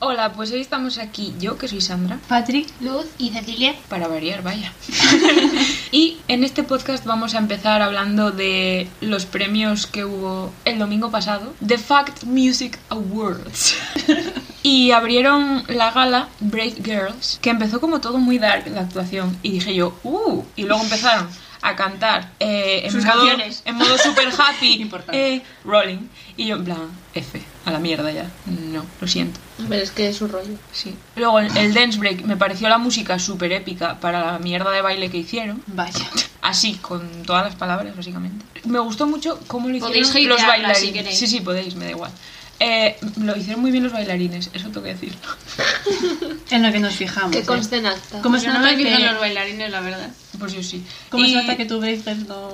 Hola, pues hoy estamos aquí yo, que soy Sandra, Patrick, Luz y Cecilia. para variar, vaya. y en este podcast vamos a empezar hablando de los premios que hubo el domingo pasado, The Fact Music Awards. Y abrieron la gala Brave Girls, que empezó como todo muy dark la actuación. Y dije yo, ¡uh! Y luego empezaron a cantar eh, en, Sus modo, canciones. en modo super happy, Importante. eh, rolling. Y yo, en plan, F, a la mierda ya. No, lo siento. Pero es que es un rollo. Sí. Luego el, el dance break me pareció la música súper épica para la mierda de baile que hicieron. Vaya. Así, con todas las palabras, básicamente. Me gustó mucho cómo lo hicieron Podéis los hatearla, si bailarines. queréis. sí, sí, podéis, me da igual. Eh, lo hicieron muy bien los bailarines, eso tengo que decirlo. En lo que nos fijamos. Que ¿eh? conste en acta. ¿Cómo se Yo no nota me fijo en que- los bailarines, la verdad. Pues yo sí. cómo se Y- nota que tu Braces no...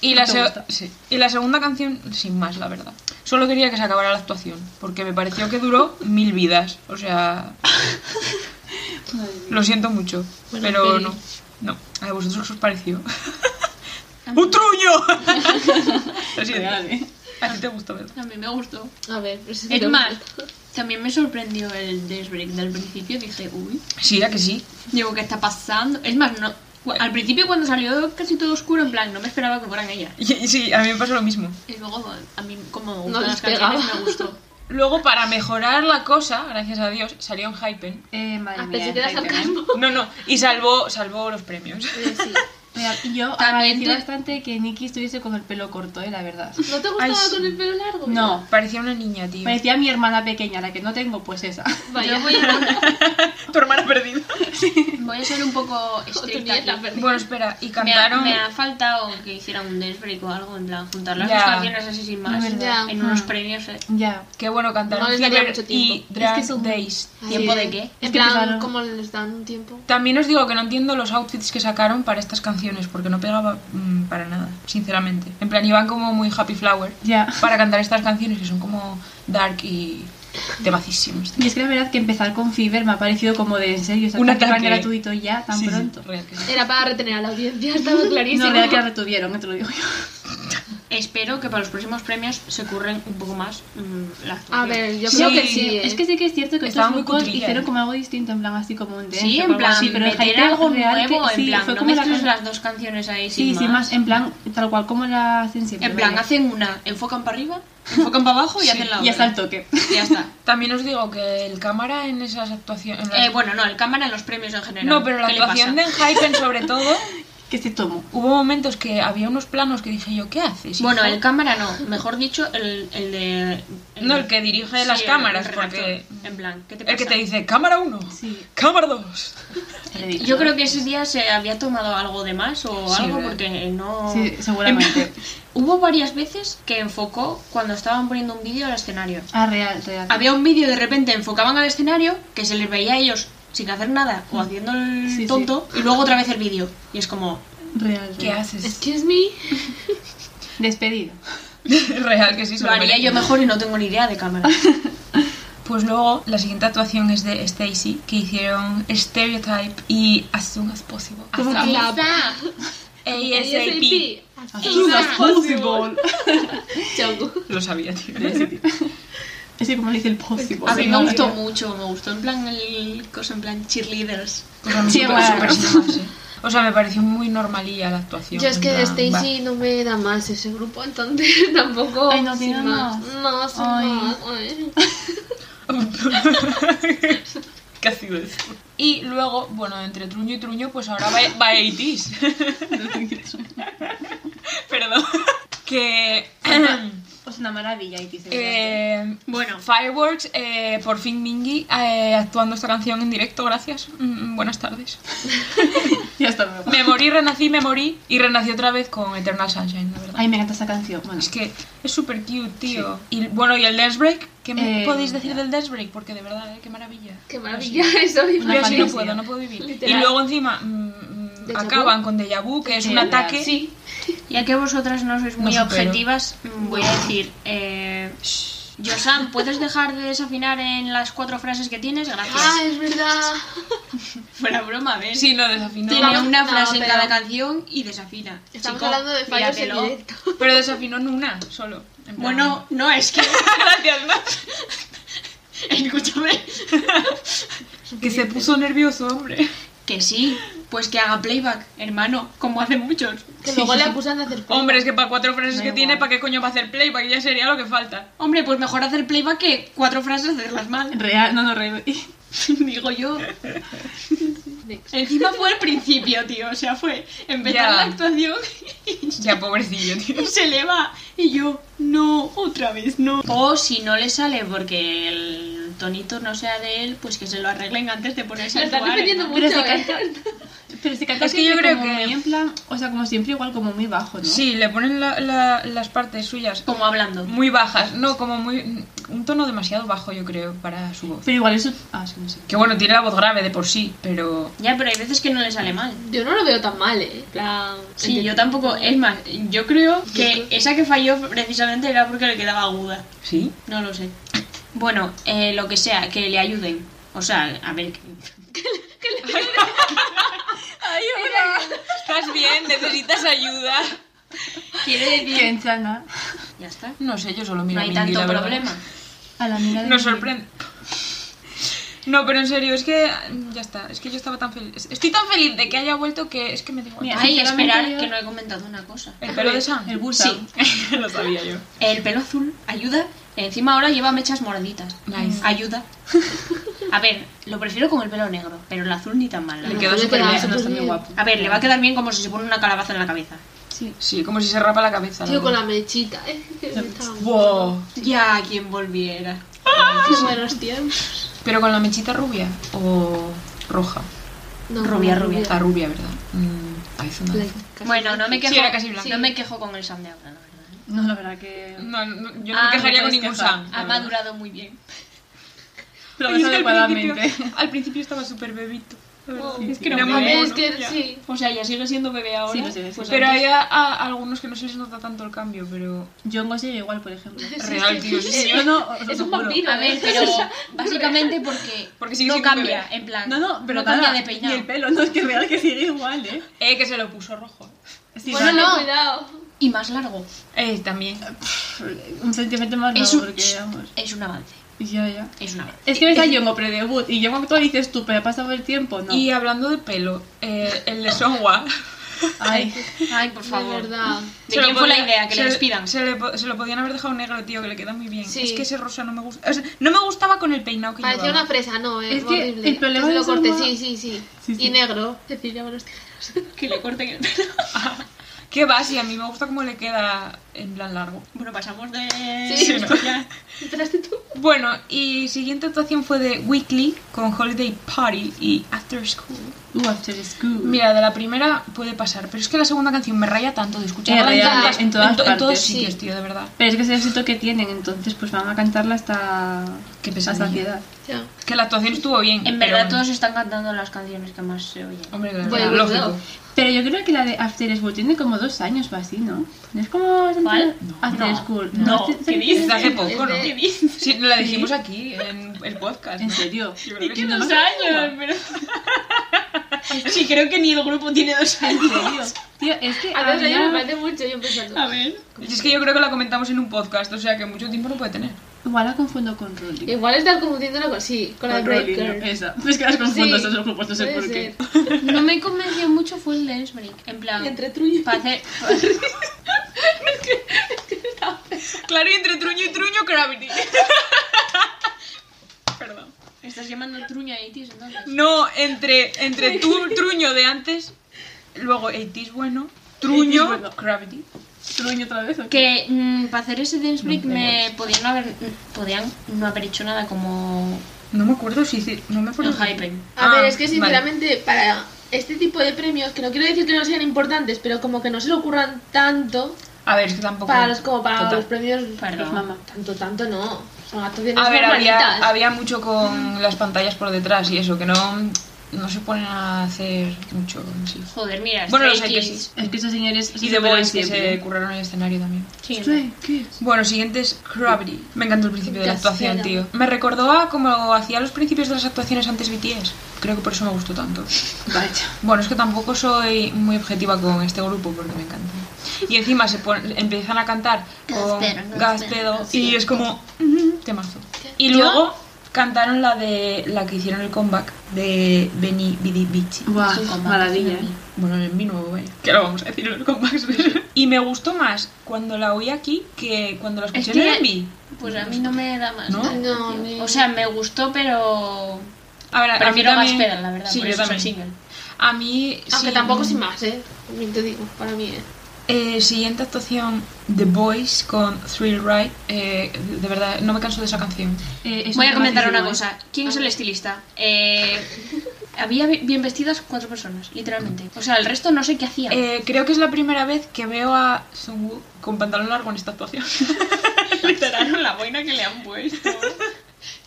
Y no la, te se- gusta? sí. y la segunda canción, sin más, la verdad. Solo quería que se acabara la actuación, porque me pareció que duró mil vidas. O sea, lo siento mucho, Bueno, pero Feli. no. No, a vosotros os pareció. ¡Un truño! lo siento. Real, ¿eh? A ti te gustó, ¿verdad? A mí me gustó. A ver, pero si te Es más, gusta. también me sorprendió el dance break del principio. Dije, uy, Sí, a que sí. digo, ¿qué está pasando? Es más, no. cu- Al principio cuando salió casi todo oscuro, en plan, no me esperaba que fueran ellas. Y- y sí, a mí me pasó lo mismo. Y luego, a mí, como me No gustan las les pegaba. canciones, me gustó. Luego, para mejorar la cosa, gracias a Dios, salió en Hypen. Eh, madre Ah, mía. pensé que era Jaime, ¿eh? sarcasmo. No, no, y salvó, salvó los premios. Pero sí. Real. Y yo También agradecí te- bastante que Nicky estuviese con el pelo corto, eh, la verdad. ¿No te Ay, gustaba sí. con el pelo largo? No. Parecía una niña, tío. Parecía mi hermana pequeña, la que no tengo, pues esa. Vaya. Yo voy a, Tu hermana perdida. voy a ser un poco O tu estricta nieta, aquí. perdón. Bueno, espera, y Me ha, cantaron. me ha faltado que hiciera un dance break o algo, en plan, juntar las Ya. dos canciones así sin más. Es verdad. En unos Mm. premios, eh. Ya. Qué bueno cantaron. No les daría Fever mucho y tiempo. Drunk Es que son- Days. Ay, ¿Tiempo de qué? Es En que plan, claro. ¿cómo les dan un tiempo? También os digo que no entiendo los outfits que sacaron para estas canciones, porque no pegaba mm, para nada, sinceramente. En plan, iban como muy happy flower Ya. para cantar estas canciones que son como dark y temacísimos. Y es que la verdad que empezar con Fever me ha parecido como de en serio, Un un ataque ataque. gratuito ya, tan Sí, sí, pronto. real que sí. Era para retener a la audiencia, estaba clarísimo. No, real que la retuvieron, eh, te lo digo yo. Espero que para los próximos premios se curren un poco más mm, la actuación. A ver, yo Sí. creo que sí. ¿eh? Es que sí que es cierto que Estaba estos muy grupos cutrilla, hicieron ¿eh? como algo distinto, en plan así como un dance Sí, o en algo plan, así, pero el meter hype era algo real nuevo, que, en sí, plan, fue no como la mezcles can- las dos canciones ahí Sí, sin, sí, más. más, en plan, tal cual como la hacen siempre. En plan, vaya. hacen una, enfocan para arriba, enfocan para abajo y Sí, hacen la otra. Y hasta el toque. Ya está. También os digo que el cámara en esas actuaciones. en las- Eh, bueno, no, el cámara en los premios en general. no, pero la ¿Qué le actuación de pasa? Hypen, sobre todo, que se tomó. hubo momentos que había unos planos que dije yo, ¿qué haces? Bueno, hijo?". el cámara no, mejor dicho, el, el de... No, el que dirige Sí, las el cámaras, redactor. porque- En plan, ¿qué te pasa? El que te dice, cámara 1, Sí. cámara 2. Yo creo que ese día se había tomado algo de más o Sí, algo ¿verdad? porque no... Sí, seguramente. Hubo varias veces que enfocó cuando estaban poniendo un vídeo al escenario. Ah, real, real. Había un vídeo de repente enfocaban al escenario que se les veía a ellos sin hacer nada o haciendo el Sí, sí. tonto y luego otra vez el vídeo. Y es como, Real, ¿Qué real. haces? Excuse me. Despedido. Real que sí, se lo haría merece. yo mejor y no tengo ni idea de cámara. Pues luego, la siguiente actuación es de Stacy, que hicieron Stereotype y As Soon As Possible. ¿Cómo ASAP. que? Esa. ASAP. As soon as possible. Choco. Lo sabía, tío. Así como le dice el possible. A mí me gustó mucho, me gustó en plan el cosa en plan cheerleaders. Pues a mí Sí, súper, bueno. súper sin más, ¿eh? O sea, me pareció muy normalilla la actuación. Yo es en que de plan, va. Stacy no me da más ese grupo, entonces tampoco. Ay, no sin tiene más. más. No, sin Ay. más. Ay. ¿Qué ha sido eso? Y luego, bueno, entre truño y truño, pues ahora va, va 80s. Perdón. Que. Pues una maravilla, Itis. de verdad. eh, Bueno, Fireworks, eh, por fin Mingy eh, actuando esta canción en directo, gracias. Mm, buenas tardes. Ya está luego. Me morí, renací, me morí y renací otra vez con Eternal Sunshine, la verdad. Ay, me encanta esa canción. Bueno, Es que es súper cute, tío. Y bueno, ¿y el dance break? ¿Qué me Eh, podéis decir del dance break? Porque de verdad, eh, qué maravilla. Qué maravilla eso. y Una Yo así no fantasía. puedo, no puedo vivir. Literal. Y luego encima mm, mm, Déjà vu. acaban con Deja Vu, que es un Literal. ataque. Sí. ya que vosotras no sois muy No supero. objetivas, mm, voy a decir, eh, Josan, ¿puedes dejar de desafinar en las cuatro frases que tienes? Gracias. Ah, es verdad. Fuera broma, ¿ves? Sí, no, desafinó. Tiene No, una no, frase en pero- cada canción y desafina. Estamos Chico, hablando de fallos en míratelo. directo. Pero desafinó en una, solo. en plan- Bueno, no, es que gracias, ¿no? Escúchame. Que se puso nervioso, hombre. Que sí, pues que haga playback, hermano, como hacen muchos. Que Sí, luego sí, le sí. acusan de hacer Hombre, es que para cuatro frases Da que igual. tiene, ¿para qué coño va a hacer playback? Ya sería lo que falta. Hombre, pues mejor hacer playback que cuatro frases hacerlas mal. Real, no, no, real. Digo yo. Next. Encima fue al principio, tío. O sea, fue empezar Ya. la actuación Ya, pobrecillo, tío. y se le va. Y yo, no, otra vez no. O si no le sale porque el tonito no sea de él, pues que se lo arreglen antes de Se ponerse a están actuar, defendiendo hermano. mucho, Pero se ¿eh? Pero se canta Es que yo siempre creo como que- muy en plan, o sea, como siempre, igual como muy bajo, ¿no? Sí, le ponen la- la- las partes suyas Como hablando. muy bajas. No, como muy. Un tono demasiado bajo, yo creo, para su voz. Pero igual eso. Ah, sí, no sé. Que bueno, tiene la voz grave de por sí, pero. Ya, pero hay veces que no le sale mal. Yo no lo veo tan mal, ¿eh? En plan, Sí, entiendo. yo tampoco. Es más, yo creo que esa que falló precisamente era porque le quedaba aguda. Sí. No lo sé. Bueno, eh, lo que sea, que le ayuden. O sea, a ver. Estás bien, necesitas ayuda. Quiere decir. Que enchana Ya está. No sé, yo solo No miro a hay Mindy, tanto la verdad. problema. a la mirada. Nos sorprende. No, pero en serio, es que mm, ya está. Es que yo estaba tan feliz. Estoy tan feliz de que haya vuelto que es que me da igual. Mira, Ay, sinceramente esperar, yo- que no he comentado una cosa. El pelo de Sam. El busa. Sí. Lo sabía yo. El pelo azul ayuda. Encima ahora lleva mechas moraditas. Nice. Ayuda. A ver, lo prefiero con el pelo negro, pero el azul ni tan mal. Le la verdad. quedó Le súper quedaba bien. Eso no está súper muy bien. guapo. A ver, le va a quedar bien como si se pone una calabaza en la cabeza. Sí. Sí, como si se rapa la cabeza. Tío, con verdad. la mechita, ¿eh? Que me estaba Wow. Ya, quien volviera. Qué buenos tiempos. Pero con la mechita rubia o roja. No, Rubia, rubia. Está rubia, ¿verdad? Mm, cabeza no. Like, casi- Bueno, no me Sí, quejo, era casi blanco. no me quejo con el Sam de ahora, la verdad. ¿eh? No, la verdad que. No, no, yo no Ah, me quejaría no con puedes ningún quejar. Sam. la Ha verdad. madurado muy bien. Pero Ay, es que al adecuadamente. principio- Al principio estaba súper bebito. la verdad. Oh, es que no Era me muy ve, Es mono, que ya. Pues sí. O sea, ya sigue siendo bebé ahora. Sí, lo sigue siendo. Pero hay a- a algunos que no se les nota tanto el cambio, pero. John Gossett igual, por ejemplo. Real, tío. sí, sí. No, no, os- Es os un juro. vampiro, A ver, pero básicamente porque, Porque sigue no siendo un cambia, bebé. en plan. No, no, pero no cambia nada, de peinado. Ni el pelo, no, es que real que sigue igual, ¿eh? Eh, que se lo puso rojo. Sí, Bueno, vale. no. Cuidado. Y más largo. Eh, también. Un centímetro más no, es, un, porque vamos. es un avance. Ya, ya. Es un avance. Es que ves a Yongo predebut y Yongo actual dices tú, pero ha pasado el tiempo, ¿no? Y hablando de pelo, eh, el de Sonwa. Ay, Ay, por De favor. verdad. ¿De quién fue la idea? Que se le despidan. Se, le po- se lo podían haber dejado negro, tío, que le queda muy bien. Sí. Es que ese rosa no me gusta. o sea, no me gustaba con el peinado que Parecía llevaba. una presa, no, eh, Es que horrible. el problema se lo de corté, Salma- sí, sí, sí, Sí, sí. Y negro. Cecilia Buenos Tijeros. Que le corten el pelo. ¿Qué va? Sí, a mí me gusta cómo le queda en plan largo. Bueno, pasamos de. Sí, esto ¿no? ya. ¿Entraste tú? Bueno, y siguiente actuación fue de Weekly con Holiday Party y After School. uh, after school. Mira, de la primera puede pasar, pero es que la segunda canción me raya tanto de Eh, escucharla en, raya todas- en todas to- todos partes, sitios, sí. tío, de verdad. Pero es que es el éxito que tienen, entonces pues van a cantarla hasta... Qué hasta pesadilla. saciedad. Ya. Que la actuación estuvo bien. En pero verdad, bueno. todos están cantando las canciones que más se oyen. Hombre, Bueno, claro, pues, lógico. no. Pero yo creo que la de After School tiene como dos años o así, ¿no? ¿No es como... ¿Cuál? After No. School. No, After- ¿qué dices? Es de hace Es poco, ¿no? de- ¿Qué dices? Sí, la dijimos aquí, en el podcast. ¿En ¿no? serio? Yo creo que sí, ¿Qué ¿no? dos años? Pero... sí, creo que ni el grupo tiene dos ¿En años. serio? Tío, es que... A ver, había- yo me parece mucho yo empezando. A ver. Es que yo creo que la comentamos en un podcast, o sea que mucho tiempo no puede tener. Igual la confundo con Rolling. Igual estás confundiéndola con sí, con la Con Rolling, Breaker. ¿no? Esa. Es que las confundo, Sí, estos dos grupos, no sé Puede por qué. ser. No me convenció mucho fue el dance break. En plan. Entre tú y Para hacer. Claro, y entre truño y truño, Gravity. Perdón. ¿Estás llamando truña a Itis entonces? No, entre, entre tu truño de antes, luego 80 bueno, truño, 80s bueno. Gravity. Truño otra vez, ¿o qué? Que para Mm, hacer ese dance break me podían no haber. mm, Podían no haber hecho nada como. No me acuerdo si hice- no me acuerdo. El hype. A Ah, ver, es que vale. sinceramente para este tipo de premios, que no quiero decir que no sean importantes, pero como que no se lo ocurran tanto A ver, es que tampoco. para los, como para Total. los premios. Perdón. Mamá. Tanto, tanto no. Son actuaciones A ver, normalitas. había, había mucho con las pantallas por detrás y eso, que no, no se ponen a hacer mucho. en Sí. Joder, mira. Bueno, los Stray hay que Kids. sí. Es que esos señores... Y se de superan Boys que siempre. se curraron el escenario también. Sí, Stray Kids. Bueno, siguiente es Gravity. Me encantó el principio de la Casera. actuación, tío. Me recordó a como hacía los principios de las actuaciones antes BTS. Creo que por eso me gustó tanto. Vaya. Bueno, es que tampoco soy muy objetiva con este grupo porque me encanta. Y encima se pon- empiezan a cantar con Gaspero, Gaspedo Gaspero, y sí. es como mm, temazo. Y luego cantaron la de la que hicieron el comeback de Benny Bidi Bichi. Buah, Sí, con maravilla. Mac, ¿eh? Bueno, en mi nuevo, vaya. Que lo vamos a decir en los comebacks. y me gustó más cuando la oí aquí que cuando la escuché Es que- en el MV. Pues a mí no me da más. ¿No? nada, No, tío. ni- O sea, me gustó, pero. A ver, a- a mí Prefiero más también... Pedal, la verdad. Sí, por yo eso es un también. single. A mí... Aunque sí, tampoco mm, sin más, ¿eh? También te digo, para mí, ¿eh? Eh, siguiente actuación, The Boys con Thrill Ride. Eh, de verdad, no me canso de esa canción. Eh, es Voy un a comentar temazo, una ¿eh? cosa. ¿Quién es el estilista? Eh, había bi- bien vestidas cuatro personas, literalmente. O sea, el resto no sé qué hacía. Eh, creo que es la primera vez que veo a Sungwoo con pantalón largo en esta actuación. Literal, la boina que le han puesto.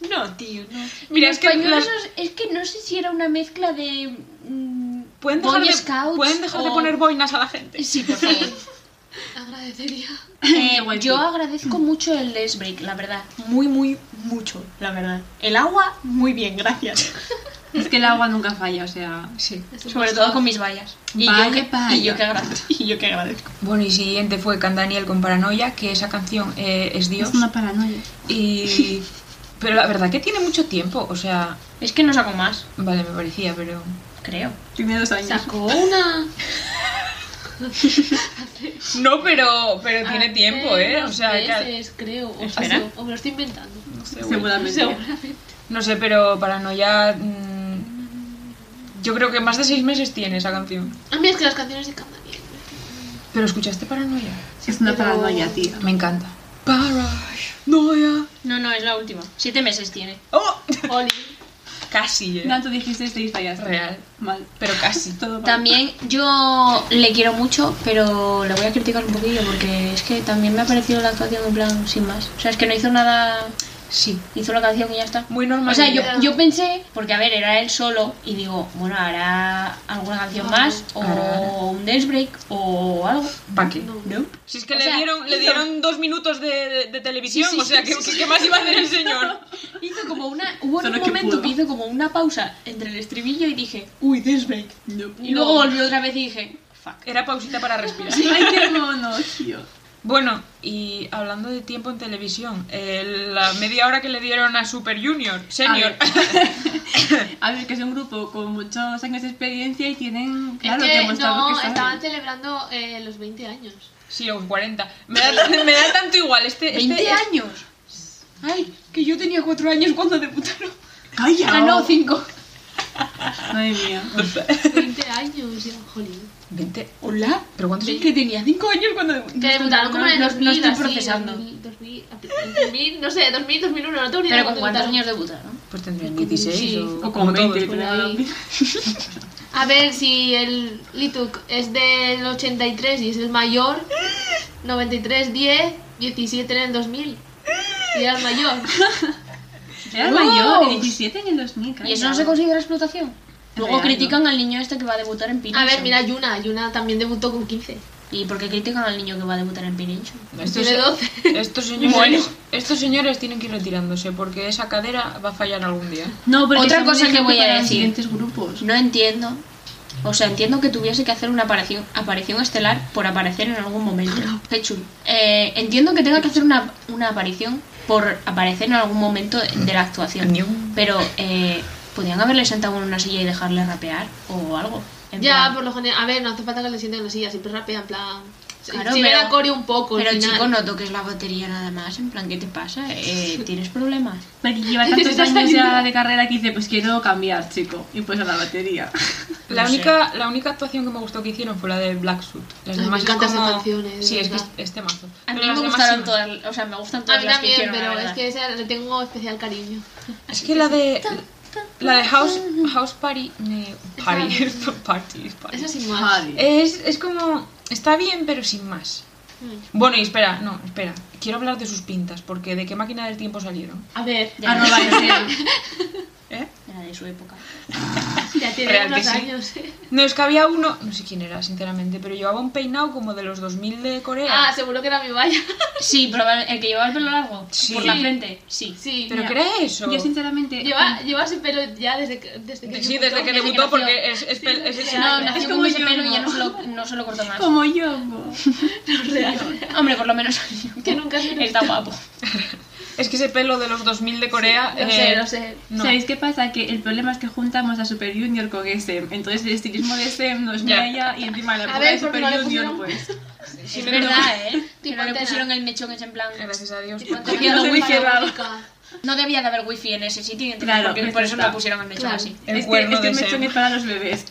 No, tío, no. Mira, Los es que pañuelos, las- es que no sé si era una mezcla de. mm, Pueden Boy dejar, de, Scouts pueden dejar de o- poner boinas a la gente. Sí, por favor. Agradecería. Eh, Igual yo que- agradezco mucho el Les Break, la verdad. Muy, muy, mucho, la verdad. El agua, muy bien, gracias. Es que el agua nunca falla, o sea. Sí. Sobre todo con mis vallas. Vaya, yo que, vaya. Y yo que agradezco. Y yo que agradezco. Bueno, y siguiente fue Can Daniel con Paranoia, que esa canción eh, es Dios. Es una paranoia. Y... Pero la verdad que tiene mucho tiempo, o sea... Es que no saco más, Vale, me parecía, pero... creo. Tiene dos años. Sacó una. No, pero, pero tiene Ah, hace tiempo, ¿eh? O dos sea, que... meses, creo. O, Espera. sí, o me lo estoy inventando. No sé, güey. Seguramente. Seguramente. No sé, pero Paranoia... mm, Yo creo que más de seis meses tiene esa canción. A mí es que las canciones de cantan bien. ¿Pero escuchaste Paranoia? Es una Pero- paranoia, tía. Me encanta. Paranoia. No, no, es la última. Siete meses tiene. ¡Oh! Oli. Casi, ¿eh? Tanto dijiste seis fallaste. Real. Mal. Pero casi. Todo mal. También yo le quiero mucho, pero le voy a criticar un poquillo porque es que también me ha parecido la actuación en plan sin más. O sea, es que no hizo nada, Sí. hizo la canción y ya está. Muy normal. O sea, yo, Maravilla. yo pensé, porque a ver, era él solo, y digo, bueno, hará alguna canción más, o un dance break, o algo. ¿Para qué? No. Si es que O le, sea, dieron, le hizo- dieron dos minutos de, de- de televisión, Sí, sí, o sea, sí, ¿qué, sí, qué más iba a hacer el señor? Hizo como una. Hubo Solo un que momento pudo. que hizo como una pausa entre el estribillo y dije, uy, dance break. No. Y luego volvió otra vez y dije, fuck. Era pausita para respirar. Ay, qué mono, tío. Bueno, y hablando de tiempo en televisión, eh, la media hora que le dieron a Super Junior, Senior. A ver, que es un grupo con muchos años de experiencia y tienen, claro, es que que, demostrar no, lo que saben. estaban celebrando eh, los 20 años. Sí, los 40. Me da, me da tanto igual. Este, este- ¿20 años? Ay, que yo tenía 4 años cuando debutaron. ¡Calla! Ah, no, 5. Madre mía. 20 años, ya, jolín. 20. ¿Hola? ¿Pero cuántos Que tenía 5 años cuando debutaron. Que debutaron como en el no, 2000, no estoy así, procesando. 2000, 2000, en 2000, no sé, 2000, 2001, no tengo ni idea Pero con cuándo cuántos debutaron. años debutaron. Pues tendrían 16 Sí, o, O con 20, todos. por pero- ahí. A ver, si el Lituk es del 83 y es el mayor, 93, 10, 17 en el 2000. Y era el mayor. Era ¡Wow! mayor, de 17 en el 2000, ¿Y calla. eso no se considera explotación? Luego Real, critican al niño este que va a debutar en Pincho. A ver, mira, Yuna. Yuna también debutó con 15. ¿Y por qué critican al niño que va a debutar en Pincho? Estos, Tiene 12. estos señores, Bueno. estos señores tienen que ir retirándose porque esa cadera va a fallar algún día. No, porque Otra son un cosa que ejemplo voy a para los decir. siguientes grupos. No entiendo. O sea, entiendo que tuviese que hacer una aparición, aparición estelar por aparecer en algún momento. Qué chulo. Eh, entiendo que tenga que hacer una, una aparición por aparecer en algún momento de la actuación. Pero eh, podían haberle sentado en una silla y dejarle rapear o algo. En Ya, plan, por lo general. A ver, no hace falta que le sienten en la silla, siempre rapea, en plan. Si Claro, si ve pero- la coreo un poco, al Pero final. chico, no toques la batería nada más. En plan, ¿qué te pasa? Eh, ¿Tienes problemas? Porque lleva tantos años ya de carrera que dice, pues quiero cambiar, chico. Y pues a la batería. La, No sé. única, la única actuación que me gustó que hicieron fue la de Black Suit. Las Ay, me demás es encantan esas como- canciones, Sí, de es que verdad. es- este mazo. A Pero mí las me demás gustaron sí. todas, o sea, me gustan A todas mí las que también, hicieron, la pero es verdad. que esa le tengo especial cariño. Es que la de. La de House, house Party. eh, party. party, party. Esa sin más. Eh, Vale. Es, es como. Está bien, pero sin más. Mm. Bueno, y espera, no, espera. Quiero hablar de sus pintas, porque de qué máquina del tiempo salieron. A ver, Ya. Arroba Yosea. ¿Eh? Era de su época. ya tiene Real que unos sí. años. ¿eh? No, es que había uno, no sé quién era, sinceramente, pero llevaba un peinado como de los 2000 de Corea. Ah, seguro que era mi valla. Sí, pero el que llevaba el pelo largo. Sí. Por la frente. Sí. Sí. ¿Pero mira. qué era eso? Yo sinceramente... Lleva, lleva ese pelo ya desde que, desde que Sí, debutó. desde que desde que debutó, nació. porque es, es pel- es- es- Eh, No, Es nació como con ese yo, pelo y ¿no? ya no se, lo, no se lo cortó más. Como yo. Real. Hombre, por lo menos. Que nunca se lo- Está guapo. Es que ese pelo de los 2000 de Corea. No eh, sé, no sé. no. ¿Sabéis qué pasa? Que el problema es que juntamos a Super Junior con SM. Entonces el estilismo de SM nos Ya. malla y encima la A época de ver, porque Super no le Junior, pusieron- pues. es verdad, ¿eh? Que Tipo no le antena. pusieron el mechón ese en plan... Gracias a Dios. Tipo, Cogiendo antena wifi parabólica. No debía de haber wifi en ese sitio y entonces Claro, porque pues por ya eso está. no pusieron el mechón Claro. así. El es que, cuerno es que de me SM. choné para los bebés.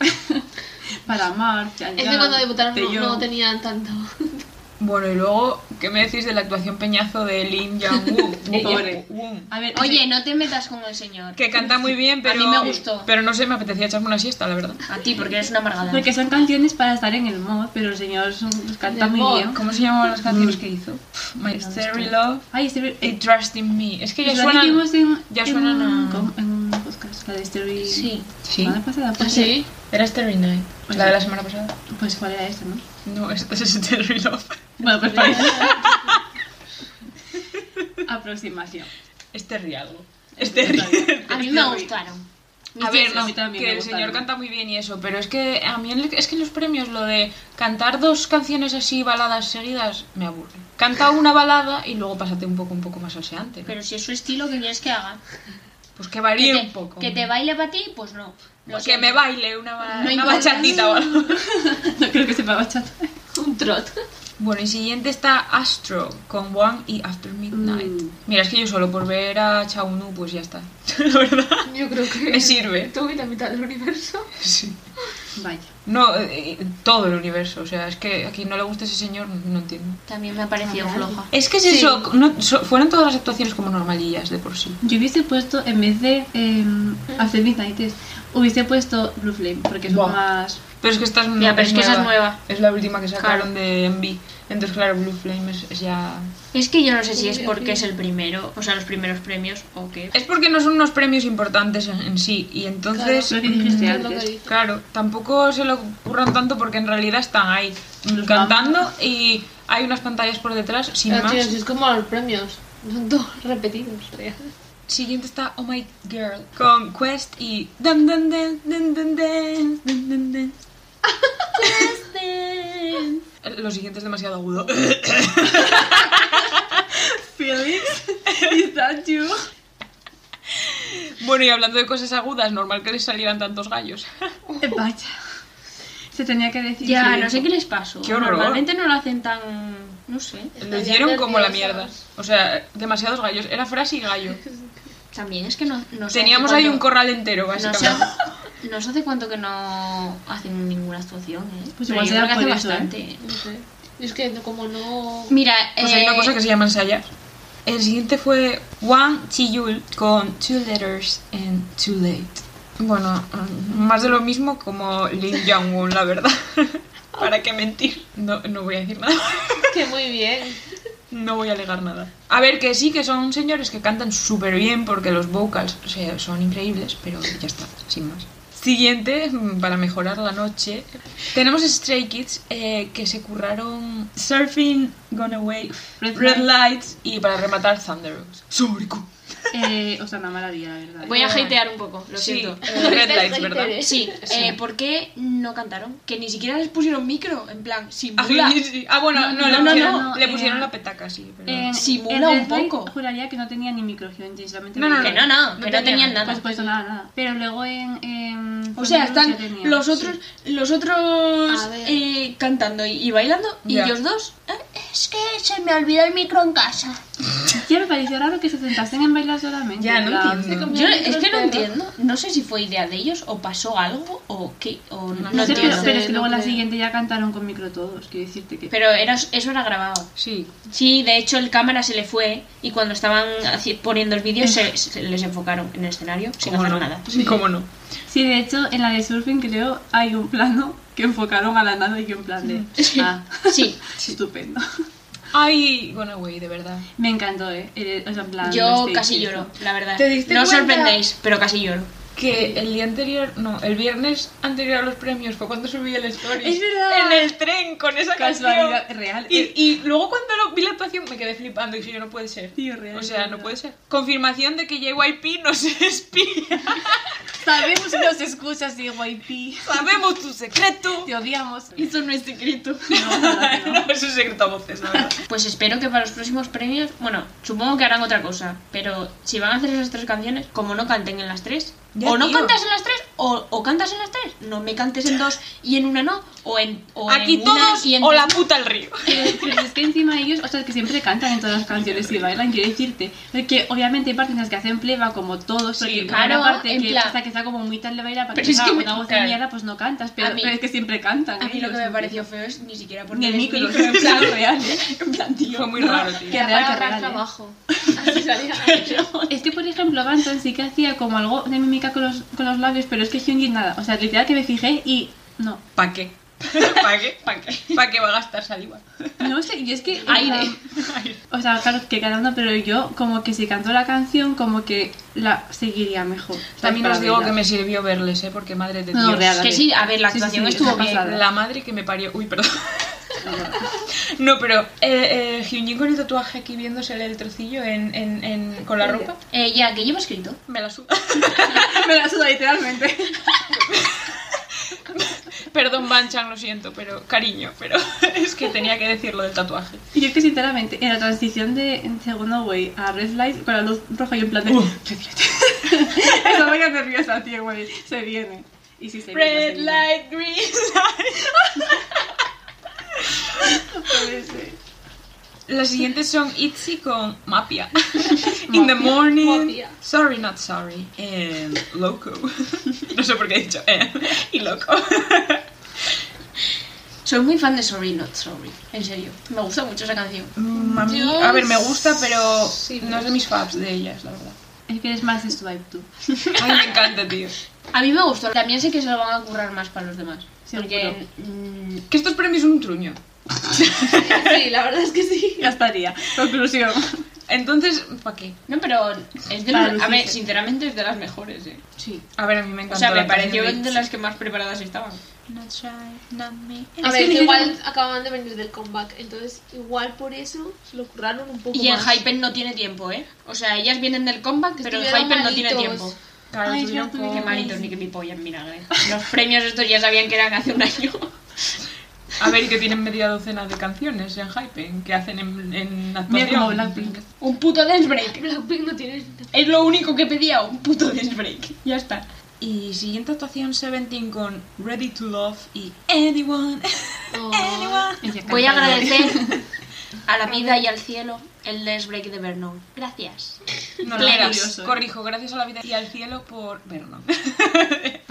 para Mar, Yan Es que Yan, cuando debutaron no, Taeyong. no tenían tanto. Bueno, y luego, ¿qué me decís de la actuación peñazo de Lin Yang-woo? Pobre. Woo. A ver, Oye, no te metas con el señor. Que canta muy bien, pero. A mí me gustó. Pero no sé, me apetecía echarme una siesta, la verdad. A ti, porque eres una amargada. Porque son canciones para estar en el mod, pero el señor son- los canta En el muy mod, bien. ¿Cómo se llamaban las canciones que hizo? Mm. Pff, My Stereo Love. Ay, este... Y Trust in Me. Es que ya Pues la suenan. dijimos en, ya en suenan un- a- com- en un podcast, la de Story. Sí. Sí. semana pasada? Pues, Sí. Era Stereo Night. La de la semana pasada. Pues cuál era esta, ¿no? No, esta es Stereo Love. Bueno, pues parece. Aproximación. Stereo algo. Stereo. A mí me gustaron. A ver, no, a mí también que me el gustaron. señor canta muy bien y eso, pero es que a mí el- es que los premios, lo de cantar dos canciones así baladas seguidas, me aburre. Canta una balada y luego pásate un poco, un poco más salseante. ¿no? Pero si es su estilo, ¿qué quieres que haga? Pues que Que varíe te, un poco. que te baile para ti, pues no. Lo que siento. me baile una, ba- No una importa. bachatita o algo. No creo que sepa bachata. Un trot. Bueno, y siguiente está Astro con One y After Midnight. Mm. Mira, es que yo solo por ver a Chaunu, pues ya está. La verdad, Yo creo que. me sirve. Tú y la mitad del universo. Sí. Vaya. No, eh, eh, todo el universo. O sea, es que a quien no le gusta ese señor, no entiendo. También me ha parecido A ver. floja. Es que es eso, no- so- fueron todas las actuaciones como normalillas de por sí. Yo hubiese puesto, en vez de eh, After Midnight, es- hubiese puesto Blue Flame, porque es Buah. más. Pero es que esta es, Ya, pero es que esa es nueva. Es la última que sacaron de MV. Entonces, claro, Blue Flame es, es ya... Es que yo no sé si es porque es el primero, o sea, los primeros premios o qué. Es porque no son unos premios importantes en, en sí. Y entonces... Claro, lo que dijiste mm, Este antes. Claro, tampoco se lo ocurran tanto porque en realidad están ahí mm, cantando y hay unas pantallas por detrás sin Pero, más. Ah, tío, si es como los premios. Son todos repetidos. tía. Siguiente está Oh My Girl con Quest y dan dan dan dan dan dan dan dan dan. Lo siguiente es demasiado agudo. Felix, is that you? Bueno, y hablando de cosas agudas, normal que les salieran tantos gallos. Eh, Vaya. Se tenía que decir. Ya, sí. no sé qué les pasó. Qué horror. Normalmente no lo hacen tan. No sé. Lo Estarían hicieron como la mierda. nerviosos. O sea, demasiados gallos. Era frase y gallo. También es que no, no sé Teníamos hace ahí un cuánto- corral entero, No sé, básicamente. no sé hace cuánto que no hacen ninguna actuación, ¿eh? Pues Pero igual yo será creo que hace por eso, ¿eh? bastante. No sé. Yo es que no- como no. Mira, Pues hay eh, una cosa que se llama ensayar. El siguiente fue Wang Chiyul con Two Letters and Too Late. Bueno, mm, más de lo mismo como Lin Jong-un, la verdad. ¿Para qué mentir? No, no voy a decir nada. Que muy bien. No voy a alegar nada. A ver, que sí, que son señores que cantan súper bien porque los vocals o sea, son increíbles, pero ya está, sin más. Siguiente, mm, para mejorar la noche, tenemos Stray Kids eh, que se curraron Surfing, Gone Away, Red Red, Lights y para rematar Thunderous. Sórico. Eh, o sea, una maravilla, la verdad. voy a hatear un poco, lo Sí, siento. eh, Red Lights, ¿verdad? Sí, eh, ¿por qué no cantaron? Que ni siquiera les pusieron micro, en plan, Ah, simula. sí, sí. Ah, bueno, no, No, le no, pusieron, no, le eh, pusieron la petaca, sí. pero- En- Simula en un Red Light poco. juraría que no tenía ni microfonte, solamente. No, no, lo no. Que no, no, que no tenían Por nada. supuesto, Pues, nada, nada. Pero luego en. en O sea, Thunderous están ya tenía. los otros, los otros A ver. eh, cantando y, y bailando y Ya. ellos dos. "Ah, Es que se me olvidó el micro en casa. Ya me pareció raro que se sentasen en bailar solamente. Ya, no en plan, entiendo. Yo el micro es que el no perro. entiendo. No sé si fue idea de ellos o pasó algo o qué. O no, No No sé, entiendo. pero, Pero, pero es Sí, que no luego en la creo. siguiente ya cantaron con micro todos, quiero decirte que... era, eso era grabado. Sí, Sí, de hecho el cámara se le fue y cuando estaban haci- poniendo el vídeo se, se les enfocaron en el escenario sin cómo hacer no. nada. Sí, cómo no. Sí, de hecho, en la de surfing creo hay un plano que enfocaron a la nada y yo en plan de... Ah, Sí, estupendo. Ay, Gone Away, de verdad. Me encantó, ¿eh? Eh, O sea, en plan... yo este- casi lloro, la verdad. ¿Te diste no os cuenta? sorprendéis, pero casi lloro. Que el día anterior, no, el viernes anterior a los premios fue cuando subí el story. Es verdad. En el tren con esa Casualidad canción. real. Y, y luego cuando lo- vi la actuación me quedé flipando y dije, yo no puede ser. Tío, real, o sea, es no verdad. puede ser. Confirmación de que JYP no se espía. Sabemos que nos escuchas, Diego IP. Sabemos tu secreto. Te odiamos. Eso no es secreto. No, no, no. No, es un secreto a voces, la verdad. Pues espero que para los próximos premios, bueno, supongo que harán otra cosa, pero si van a hacer esas tres canciones, como no canten en las tres, Ya, o no tío. cantas en las tres, o, o cantas en las tres, no me cantes en dos y en una no, o en o Aquí en una todos y en o la tres. puta el río. Pero, pero es que encima ellos, o sea, que siempre cantan en todas las canciones y bailan, quiero decirte. Porque obviamente hay partes en las que hacen pleba, como todos, porque Sí, hay una claro, parte en que plan- hasta que está como muy tal de bailar, para Pero que es haga que me- una voz de claro. mierda, pues no cantas, pero, A mí- pero es que siempre cantan. A mí lo ellos, que me en pareció feo es ni siquiera fin. Ni poner el micro, micro, en plan, real. en plan, tío. Fue muy raro, tío. Qué Era real, para qué ahorrar real. ¿eh? trabajo. Así salía. Es que, por ejemplo, Ganton sí que hacía como algo de mímica con los, con los labios, pero es que Hyunjin nada. O sea, literal que me fijé y no. ¿Para qué? ¿Para qué? ¿Para qué? ¿Para qué va a gastar saliva? No sé, y es que... Aire. O sea, claro, que cada uno, pero yo como que si cantó la canción, como que la seguiría mejor. ¿sabes? También Para os digo que bailar. me sirvió verles, ¿eh? Porque madre de No, Dios. real. Que sí, a ver, la Sí, sí, actuación sí, estuvo está bien. pasada. La madre que me parió. Uy, perdón. No, pero eh, eh, Hyunjin con el tatuaje aquí viéndosele el trocillo en, en, en- con la ropa, Eh, ya, que llevo escrito. me la suda. me la suda literalmente. Perdón, Banchan, lo siento, pero cariño, pero es que tenía que decir lo del tatuaje. Y es que sinceramente, en la transición de en segundo way a red light con la luz roja y en plan de... Uh. Red light. Esa vaya nerviosa, tío, güey. Se viene. Y sí, se viene, se Red viene. light, green light. Puede ser. Las siguientes son Itzy con Mafia. In the morning. Mafia. Sorry, not sorry. And loco. No sé por qué he dicho eh, y loco. Soy muy fan de Sorry Not Sorry, en serio. Me gusta mucho esa canción. Mm, a mí- Yo a ver, me gusta, pero sí, no es de mis faves de ellas, la verdad. Es que eres más swipe tú. Ay, me encanta, tío. A mí me gustó. También sé que se lo van a currar más para los demás. Seguro. Porque mm, Que estos premios son un truño. Sí, la verdad es que sí. Ya estaría. Conclusión. Entonces, ¿para qué? No, pero es de Para las- a lucirse. ver, sinceramente es de las mejores, ¿eh? Sí. A ver, a mí me O encanta. sea, me la pareció canción de las que más preparadas estaban. Not shy, not me. A Es ver, que que igual literal- acaban de venir del comeback, entonces igual por eso se lo curraron un poco Y en más. Hypen no tiene tiempo, ¿eh? O sea, ellas vienen del comeback, pero en Estuvieron Hypen no tiene malitos. tiempo. Claro, Ay, tuvieron es verdad, como- Qué malitos, ni que mi polla eh. en vinagre. Los premios estos ya sabían que eran hace un año. A ver, y que tienen media docena de canciones en Hypen que hacen en, en Mira como actuación. Blackpink. Un puto dance break. Blackpink no tiene... Es lo único que pedía, un puto dance break. Ya está. Y siguiente actuación, Seventeen con Ready to Love y Anyone. Oh. Anyone. Ella Voy a canta, ¿no? agradecer a la vida y al cielo el dance break de Vernon. Gracias. No, no, Plenos. gracias. corrijo, gracias a la vida y al cielo por vernos.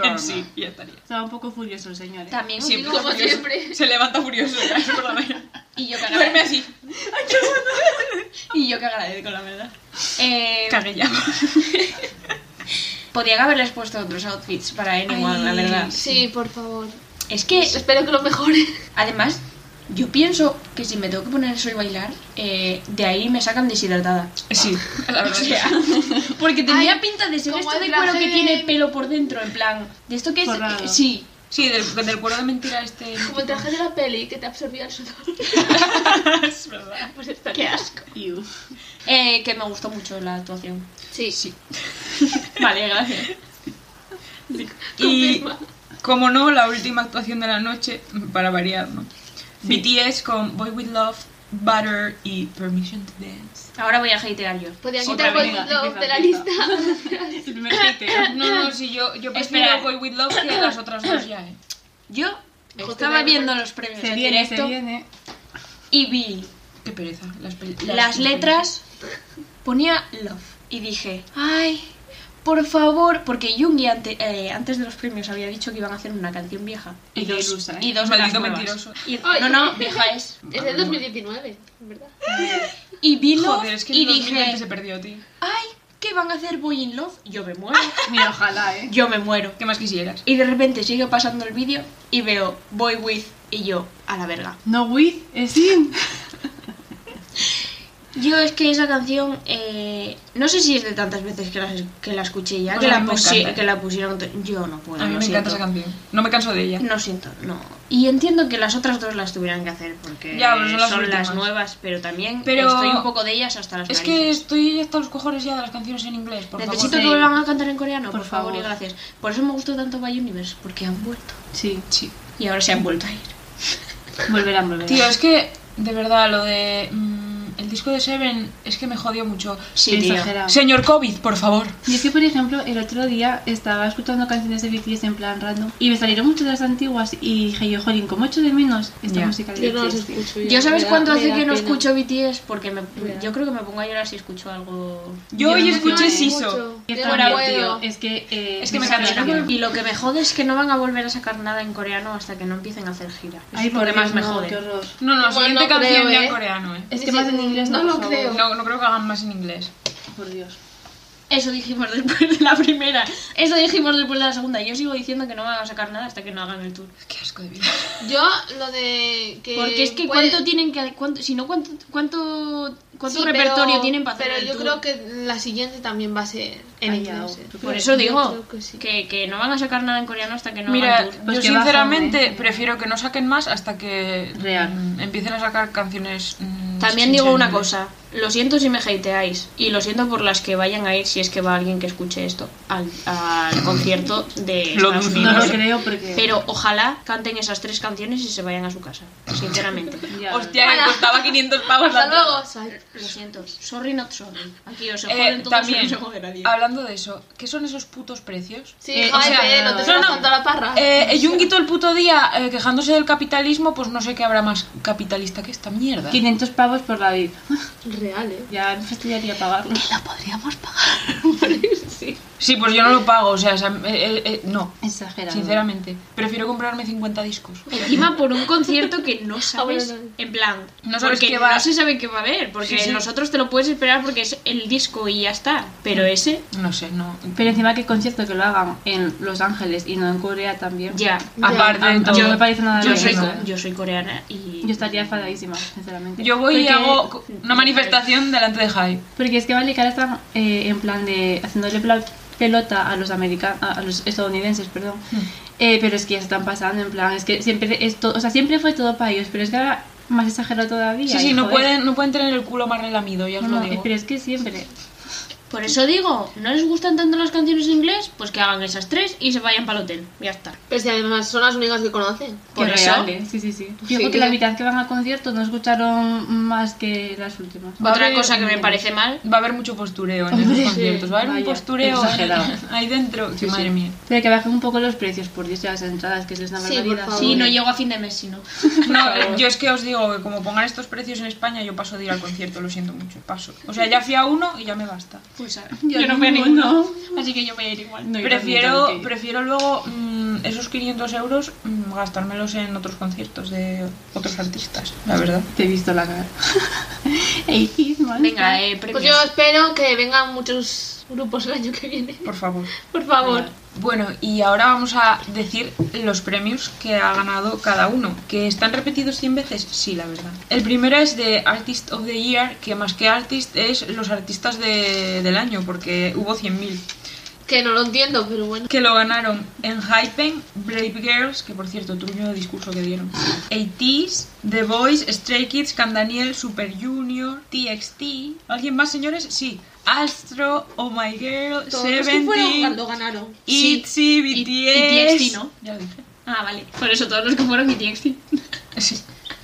en sí, ya estaría. Estaba un poco furioso el señor. ¿eh? También os digo como que- siempre. Se levanta furioso, ya, es por la mañana. Y yo que Duerme agradezco, así. y yo que agradezco la verdad. Eh, Cagué ya. podría haberles puesto otros outfits para Anyone, Ay. la verdad. Sí, por favor. Es que, Espero que lo mejore. además, yo pienso que si me tengo que poner soy bailar, eh, de ahí me sacan deshidratada. Sí, la O verdad. sea, porque tenía Ay, pinta de ser como esto el de cuero que traje tiene de- pelo por dentro, en plan, de esto que es... eh, Forrado. Sí, Sí, del, del cuero de mentira este. Como el traje de la peli que te absorbía el sudor. Es verdad. Pues está qué asco. Iu. Eh, que me gustó mucho la actuación. Sí. Vale, gracias. Y Confirma. como no, la última actuación de la noche, para variar, ¿no? BTS con Boy With Love, Butter y Permission to Dance. Ahora voy a hatear yo. Podían Otra quitar vez, Boy With venga, Love de la empieza, lista. Es el primer hater. No, no, sí, yo, yo prefiero prefiero Boy Boy With Love que las otras dos ya, ¿eh? Yo Joder, estaba vale. viendo los premios Se en viene, se directo viene. y vi Qué pereza. Las, pel- las letras, ponía love y dije, ay, por favor, porque Jungi ante- eh, antes de los premios había dicho que iban a hacer una canción vieja. Y qué ilusa, ¿eh? y dos Maldito de las nuevas. mentiroso. Y- Ay. no, no, vieja es. Es del 2019, ¿verdad? Y vi love Joder, es que y en 2020 dije, se perdió, tío. ay, ¿qué van a hacer Boy in Love? Yo me muero. Mira, ojalá, ¿eh? Yo me muero. ¿Qué más quisieras? Y de repente sigue pasando el vídeo y veo Boy With y yo a la verga. No with, es in. Yo es que esa canción, eh, no sé si es de tantas veces que la, que la escuché ya, Pues que a la, mí me pusi- encanta. que la pusieron, to- yo no puedo, A mí lo me encanta siento. esa canción. No me canso de ella. No siento, no, Y entiendo que las otras dos las tuvieran que hacer porque Ya, pero son las son las últimas. nuevas, pero también Pero- estoy un poco de ellas hasta las Es que narices. estoy hasta los cojones ya de las canciones en inglés, por Necesito favor. que vuelvan a cantar en coreano, por, Por favor. y favor. gracias. Por eso me gustó tanto By Universe, porque han vuelto. Sí, Sí. Y ahora se han vuelto a ir. volverán, volverán. Tío, es que, de verdad, lo de... mm, el disco de Seven es que me jodió mucho. Sí, Qué tío. exagerado. Señor COVID, por favor. Y es que, por ejemplo, el otro día estaba escuchando canciones de BTS en plan random y me salieron muchas de las antiguas y dije yo, jolín, como echo de menos esta Ya. música de Yo no los BTS, tío. escucho. Yo sabes me da- cuánto me hace da que no pena. escucho BTS porque me, da. yo creo que me pongo a llorar si escucho algo. Yo Yo hoy no escuché sé Siso. mucho. Y Yo también, no puedo. tío, es que... eh, Es que me sabe cansa. bien. Y lo que me jode es que no van a volver a sacar nada en coreano hasta que no empiecen a hacer gira. Ay, Eso es lo que por más más me no, jode. qué horror. No, no, la Bueno, siguiente no canción creo, ya en ¿eh? coreano, ¿eh? Es Sí, que más sí, en inglés no no, lo por favor. creo. No, no creo que hagan más en inglés. Por Dios. Eso dijimos después de la primera. Eso dijimos después de la segunda. Yo sigo diciendo que no van a sacar nada hasta que no hagan el tour. Qué asco de vida. Yo lo de que. Porque es que puede- cuánto tienen que cuánto, si no cuánto cuánto pues- cuánto Sí, repertorio pero- tienen para hacer Pero el yo tour. creo que la siguiente también va a ser en Ay, ya, inglés. tú eh. Por eso digo creo que, que sí. que no van a sacar nada en coreano hasta que no Mira, hagan tour. Pues yo qué bajón, sinceramente ¿eh? prefiero que no saquen más hasta que Real. mm, empiecen a sacar canciones. mm, También sin digo ser una inglés. cosa, lo siento si me hateáis y lo siento por las que vayan a ir si es que va alguien que escuche esto al, al concierto de Lo Estados dudo. No lo Unidos. creo porque... Pero ojalá canten esas tres canciones y se vayan a su casa, sinceramente. Ya. Hostia, me costaba 500 pavos Hasta la luego. Sai. Lo siento, sorry not sorry. Aquí os Eh, joden todos también, y no se jode nadie. hablando de eso, ¿qué son esos putos precios? Sí, Eh, o Jaime, sea, eh, no te no, estás no. contando la parra. Eh, Junguito el puto día eh, quejándose del capitalismo, pues no sé qué habrá más capitalista que esta mierda. 500 pavos por la VIP. Real, eh. Ya me fastidiaría pagarlo. Sí, pues yo no lo pago, o sea, esa- eh, eh, eh, no, Exagerado. sinceramente. Prefiero comprarme 50 discos. Encima por un concierto que no sabes, bueno, no. en plan, No sabes porque qué va- no se sabe qué va a haber, porque Sí, sí. nosotros te lo puedes esperar porque es el disco y ya está, Mm. pero ese, No sé, no. Pero encima que el concierto que lo hagan en Los Ángeles y no en Corea también. ya, Ya. Aparte A- a de mí todo. no me parece nada Yo bien. soy, Ah, no. co- yo soy coreana y... Yo estaría enfadadísima, sinceramente. Yo voy y Porque- hago co- una manifestación delante de Hyde. Porque es que vale que ahora están eh, en plan de haciéndole pla- pelota a los americanos, a los estadounidenses, perdón. Hmm. Eh, pero es que ya se están pasando, en plan, es que siempre es todo, o sea, siempre fue todo para ellos, pero es que ahora más exagerado todavía. Sí, y sí, no joder. pueden, no pueden tener el culo más relamido, ya os No, lo no, digo. pero es que siempre. Por eso digo, ¿no les gustan tanto las canciones en inglés? Pues que hagan esas tres y se vayan para el hotel, ya está. Pero si además son las únicas que conocen. Por Qué eso- real, ¿eh? Sí, sí, sí. Yo Sí. creo que la mitad que van al concierto no escucharon más que las últimas. Va a Otra haber- cosa que me parece mal, Va a haber mucho postureo en Hombre, esos sí. conciertos. Va a haber un Vaya, postureo exagerado. ahí dentro. que sí. madre mía. Pero que bajen un poco los precios, por Dios, de las entradas, que eso es una Sí, por barbaridad. favor. sí, no llego a fin de mes, sino... No, eh, yo es que os digo que como pongan estos precios en España, yo paso de ir al concierto, lo siento mucho. Paso. O sea, ya fui a uno y ya me basta. Pues a- Yo yo no voy a ninguno. ninguno, así que yo voy a ir igual. No, yo prefiero, también tengo que ir. prefiero luego mm, esos 500 euros mm, gastármelos en otros conciertos de otros artistas, la verdad. Te he visto la cara. Eighties, Venga, eh, Pues premios. yo espero que vengan muchos grupos el año que viene. Por favor. Por favor. Bueno, y ahora vamos a decir los premios que ha ganado cada uno. ¿Que están repetidos 100 veces? Sí, la verdad. El primero es de Artist of the Year, que más que artist es los artistas de- del año, porque hubo 100.000. Que no lo entiendo, pero bueno. Que lo ganaron en Hypen, Brave Girls, que por cierto, tuyo discurso que dieron. 80s, The Boys, Stray Kids, Can Daniel, Super Junior, TXT. ¿Alguien más, señores? Sí. Astro, Oh My Girl, Todos los que fueron Seventeen, lo ganaron. ITZY, Y- y BTS. TXT, ¿no? Ya lo dije. Ah, vale. Por eso todos los que fueron mi TXT. Sí.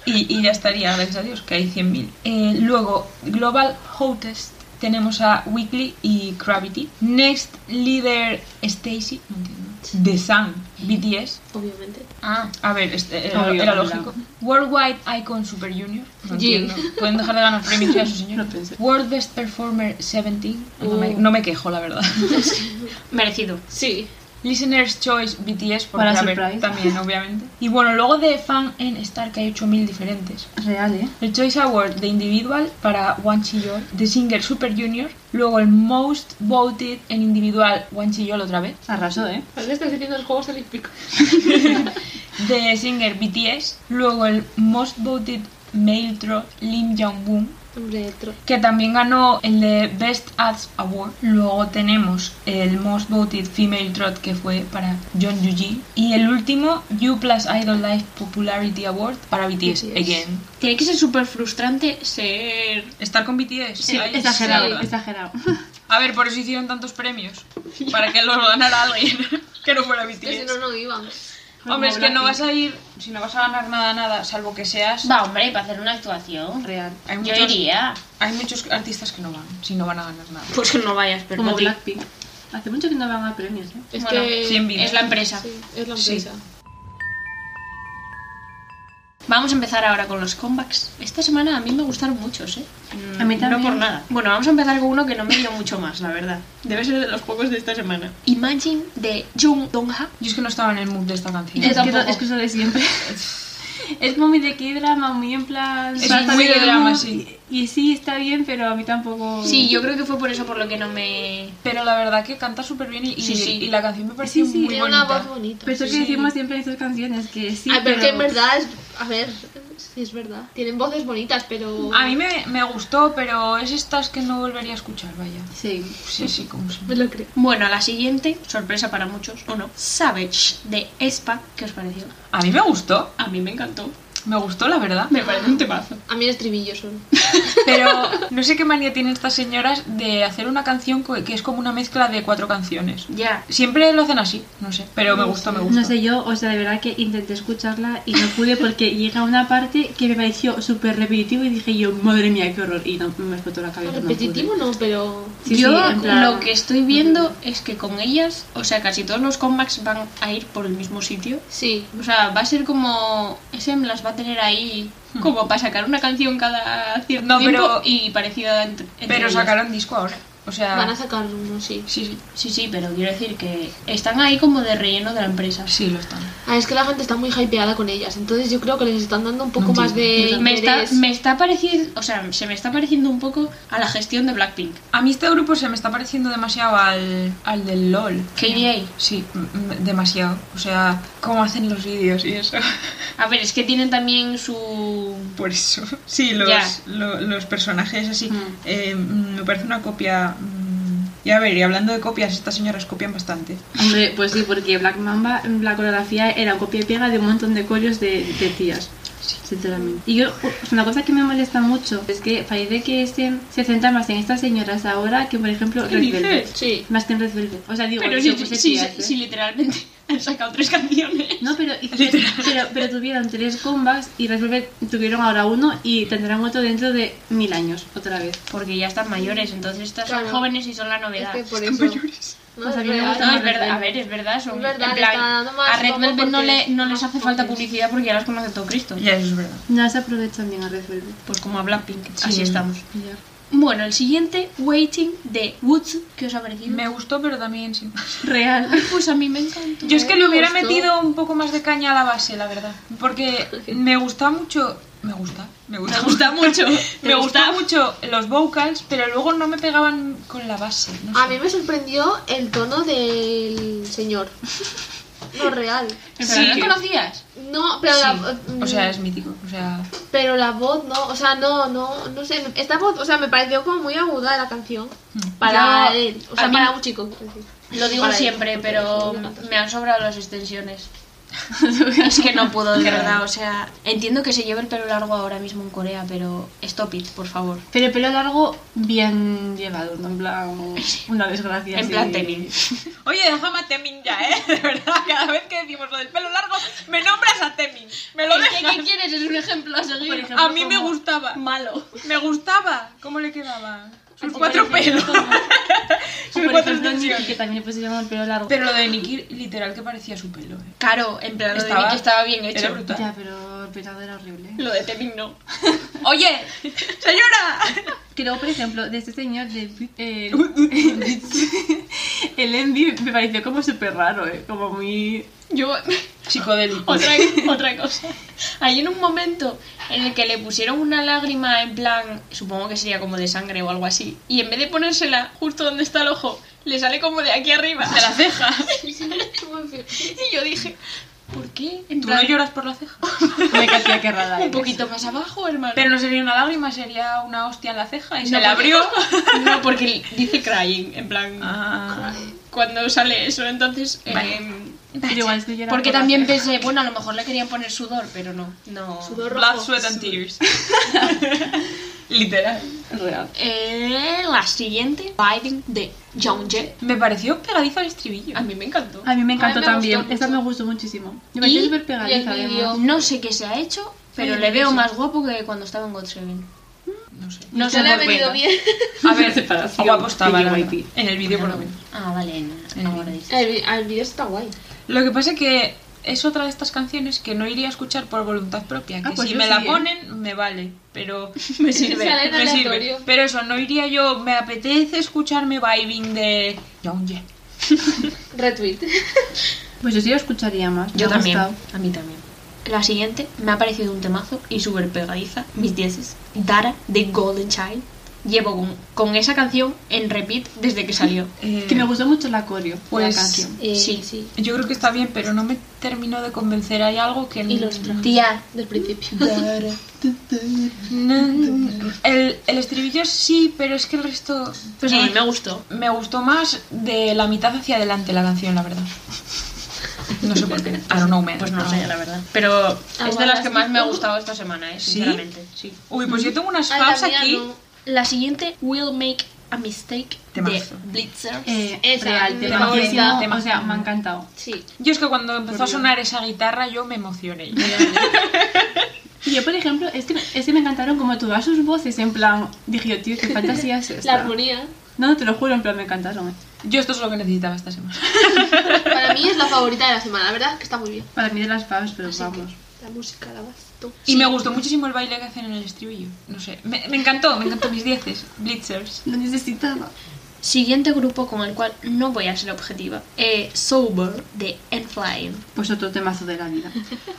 Y, y ya estaría, gracias a Dios, que hay 100.000. Eh, luego, Global Hottest, tenemos a Weekly y Gravity. Next Leader Stacy, no entiendo. The Sun, BTS. Obviamente. Ah, a ver, este, era, Obvio, era claro. lógico. Worldwide Icon Super Junior. No Jin. entiendo. Pueden dejar de ganar premios ya, su señor. No pensé. World Best Performer 17. No, me, Uh. no me quejo, la verdad. Merecido. Sí. Listener's Choice BTS, por Para a Surprise. ver, también, obviamente. Y bueno, luego de Fan en Star, que hay 8.000 diferentes. Real, ¿eh? El Choice Award de Individual para One Chiyol, The Singer Super Junior, luego el Most Voted en Individual One Chiyol otra vez, Arrasó, ¿eh? ¿Por qué estás diciendo los Juegos Olímpicos? The Singer BTS, luego el Most Voted Male Trot Lim Jong-boom, Hombre, tro- que también ganó el de Best Ads Award. Luego tenemos el Most Voted Female Trot, que fue para John Yuji. Y el último, You Plus Idol Life Popularity Award para BTS, BTS. again. Tiene que ser súper frustrante ser... Estar con BTS. Sí, Ahí exagerado, sí. exagerado. A ver, por eso hicieron tantos premios. Para que los ganara alguien que no fuera BTS. que si no, no iban. Hombre, es que no Blackpink. vas a ir, si no vas a ganar nada, nada, salvo que seas... Va, hombre, para hacer una actuación. Real. Hay Yo muchos, iría. hay muchos artistas que no van, si no van a ganar nada. Pues que no vayas, pero Como Blackpink. Hace mucho que no van a premios, ¿eh? Es Bueno, que. sí, envidia. Es la empresa. Sí, es la Sí. empresa. Vamos a empezar ahora con los comebacks. Esta semana a mí me gustaron muchos, ¿eh? Mm, A mí también. No por nada. Bueno, vamos a empezar con uno que no me dio mucho más, la verdad. Debe ser de los pocos de esta semana. Imagine de Jung Dong-ha. Yo es que no estaba en el mood de esta canción. Yo es, que, tampoco. es que eso de siempre. es muy de qué drama, muy en plan. Es salta muy de bien, drama, ¿no? sí. Y, y sí, está bien, pero a mí tampoco. Sí, yo creo que fue por eso por lo que no me... Pero la verdad que canta súper bien y, y- Sí, sí. y la canción me pareció Sí, sí. muy Tiene bonita. una voz bonita. Pero eso que Sí. decimos siempre en estas canciones, que sí. Ay, pero pero que en verdad es. A ver, sí es verdad. Tienen voces bonitas, pero. A mí me, me gustó, pero es estas que no volvería a escuchar, vaya. Sí. Sí, sí, como Me siempre. lo creo. Bueno, a la siguiente, sorpresa para muchos, ¿o no? Savage de Espa. ¿Qué os pareció? A mí me gustó, A mí me encantó. me gustó la verdad. Me parece un temazo. A mí el estribillo solo. Pero no sé qué manía tienen estas señoras de hacer una canción co- que es como una mezcla de cuatro canciones. Ya. Siempre lo hacen así, no sé, pero me gustó, me gustó. No sé, yo, o sea, de verdad que intenté escucharla y no pude porque llega una parte que me pareció súper repetitivo y dije yo, madre mía, qué horror. Y no me explotó la cabeza. no pude. Repetitivo no, pero. Sí, sí, Yo en plan- lo que estoy viendo es que con ellas, o sea, casi todos los comebacks van a ir por el mismo sitio. Sí. O sea, va a ser como... SM las va a tener ahí como para sacar una canción cada cierto No, tiempo pero- y parecida entre, entre Pero ellas. sacaron disco ahora. O sea, Van a sacar uno, sí. sí, sí. Sí, sí, pero quiero decir que están ahí como de relleno de la empresa. Sí, lo están. Ah, es que la gente está muy hypeada con ellas, entonces yo creo que les están dando un poco No más de Me está, interés. me está pareciendo, o sea, se me está pareciendo un poco a la gestión de Blackpink. A mí este grupo se me está pareciendo demasiado al, al del LOL. KDA. Sí, m- m- demasiado. O sea, cómo hacen los vídeos y eso. A ver, es que tienen también su... Por eso. Sí, los, Ya. lo- los personajes así. Mm. Eh, mm, me parece una copia. mm, Y a ver, y hablando de copias, estas señoras copian bastante. Hombre, pues sí, porque Black Mamba, la coreografía era copia y pega de un montón de corios de, de tías. Sinceramente. Y yo, una cosa que me molesta mucho es que parece que se, se centra más en estas señoras ahora que, por ejemplo, ¿Qué Red dices? Velvet. Sí. Más que en Red Velvet. O sea, digo, Pero yo si, puse si- tías, ¿eh? si literalmente han sacado tres canciones. No, pero, pero, pero tuvieron tres combats y Red Velvet tuvieron ahora uno y tendrán otro dentro de mil años, otra vez. Porque ya están mayores, entonces estas Claro. son jóvenes y son la Es novedad. que por Están eso. mayores. No, O sea, a es mí me real. gusta No, más es verdad, Red a ver, es verdad. Son, Es verdad, en le plan, está dando más a Red bombo Velvet no, porque le- no es les más hace falta joven. publicidad porque ya las conoce todo Cristo. Ya, eso es verdad. No se aprovechan bien a Red Velvet. Pues como a Blackpink, Sí. así estamos. Ya. Bueno, el siguiente, Waiting de Woods, ¿qué os ha parecido? Me gustó, pero también sí. Real. Pues a mí me encantó. Yo es que le Me hubiera gustó. metido un poco más de caña a la base, la verdad. Porque me gusta mucho. Me gusta, me gusta. Me gusta mucho. Me gusta mucho los vocals, pero luego no me pegaban con la base. no sé. A mí me sorprendió el tono del señor. No real. ¿Sí? Sí. ¿No conocías? No, pero la, Sí, O sea, es mítico. O sea, pero la voz no, o sea, no, no, no sé, esta voz, o sea, me pareció como muy aguda la canción Mm. para Yo- él, o Hmm. a sea, mí- para un chico. quiero decir. Lo digo Para él, siempre, porque no pero me encanta. me han sobrado las extensiones. es que no puedo, de verdad. O sea, entiendo que se lleva el pelo largo ahora mismo en Corea, pero stop it, por favor. Pero el pelo largo bien llevado, no en plan una desgracia. En así. plan temin. Oye, déjame a Temin ya, ¿eh? De verdad, cada vez que decimos lo del pelo largo, me nombras a Temin. Me lo dejas. ¿Qué quieres? Es un ejemplo a seguir. Por ejemplo, A mí me como gustaba. Malo. Me gustaba. ¿Cómo le quedaba? Sus Como cuatro por ejemplo, pelos. Como, Sus como por cuatro ejemplo, Nicki, que extensiones. también le pusieron el pelo largo. Pero lo de Nikki, literal, que parecía su pelo, ¿eh? Claro, en plan, lo de Estaba- Nicky estaba bien era hecho. brutal. Ya, pero el peinado era horrible. Lo de Temin no. ¡Oye! ¡Señora! Que luego, por ejemplo, de este señor de... eh, el Envy me pareció como súper raro, ¿eh? Como muy... Yo. Psicodélico. Otra, otra cosa. Hay en un momento en el que le pusieron una lágrima en plan, supongo que sería como de sangre o algo así, y en vez de ponérsela justo donde está el ojo, le sale como de aquí arriba, de la ceja. Muy bien. Y yo dije, ¿Por qué? En ¿Tú plan, no lloras por la ceja? Me cantidad que rara. un eres. poquito más abajo, hermano. Pero no sería una lágrima, sería una hostia en la ceja y No, se la porque- abrió. No, porque dice crying, en plan. Ah. Cuando sale eso, entonces. eh, Vale. Pero igual es que yo era porque por la también ceja. pensé, bueno, a lo mejor le querían poner sudor, pero no. No. Sudor Blood, rojo. sweat and tears. Literal. Real. Eh, la siguiente, Biden de Jeonje. Me pareció pegadizo al estribillo. A mí me encantó. A mí me encantó me también. gustó Esta mucho. me gustó muchísimo. Me Y- pareció súper y el pegadiza, vídeo. además. No sé qué se ha hecho, pero Sí, le veo sí. más guapo que cuando estaba en God Seven. No sé. No Se sé le ha por qué. venido bien. A ver, Separación, guapo estaba la PGYP. verdad. en el vídeo por lo menos. Ah, vale, no, En ahora fin. dice. El, vi- el vídeo está guay. Lo que pasa que es otra de estas canciones que no iría a escuchar por voluntad propia. Que Ah, pues si yo me sí, la ¿eh? ponen, me vale. Pero Me sirve. Sale en me sirve. aleatorio. Pero eso, no iría yo. Me apetece escucharme vibing de Yeonje. Retweet. Pues yo sí lo escucharía más. me Yo ha también. gustado. A mí también. La siguiente me ha parecido un temazo y súper pegadiza. Mis dieces. Dara de Golden Child. Llevo con, con esa canción en repeat desde que salió. Eh, Que me gustó mucho la coreo Pues- la canción. Eh, Sí. sí. Yo creo que está bien, pero no me termino de convencer. Hay algo Mm. que... Y los trajes. Tía. Del principio. No, el, el estribillo sí, pero es que el resto... Pues a mí Eh, me gustó. Me gustó más de la mitad hacia adelante la canción, la verdad. No sé por qué. I don't know, man. Pues no sé, la verdad. Pero es de Ah, las que más me ha gustado esta semana, eh, ¿Sí? sinceramente. Sí. Uy, pues yo tengo unas Ay, la faps mía aquí. no. La siguiente, Will Make a Mistake Temazo. de Blitzer. Eh, Esa, real, mi temazo. favorita. O sea, me ha encantado. Sí. Yo es que cuando empezó a Dios. sonar esa guitarra yo me emocioné. Y yo, por ejemplo, es que, es que me encantaron como todas sus voces, en plan, dije yo, tío, qué fantasía es La esta. armonía. No, te lo juro, en plan, me encantaron. eh. Yo esto es lo que necesitaba esta semana. Para mí es la favorita de la semana, la verdad, que está muy bien. Para mí de las faves, pero Así vamos. que la música la vas tú. Y me gustó muchísimo el baile que hacen en el estribillo. No sé, me, me encantó, me encantó mis dieces. Blitzers. Lo necesitaba. Siguiente grupo con el cual no voy a ser objetiva. Eh, Sober de End Flying. Pues otro temazo de la vida.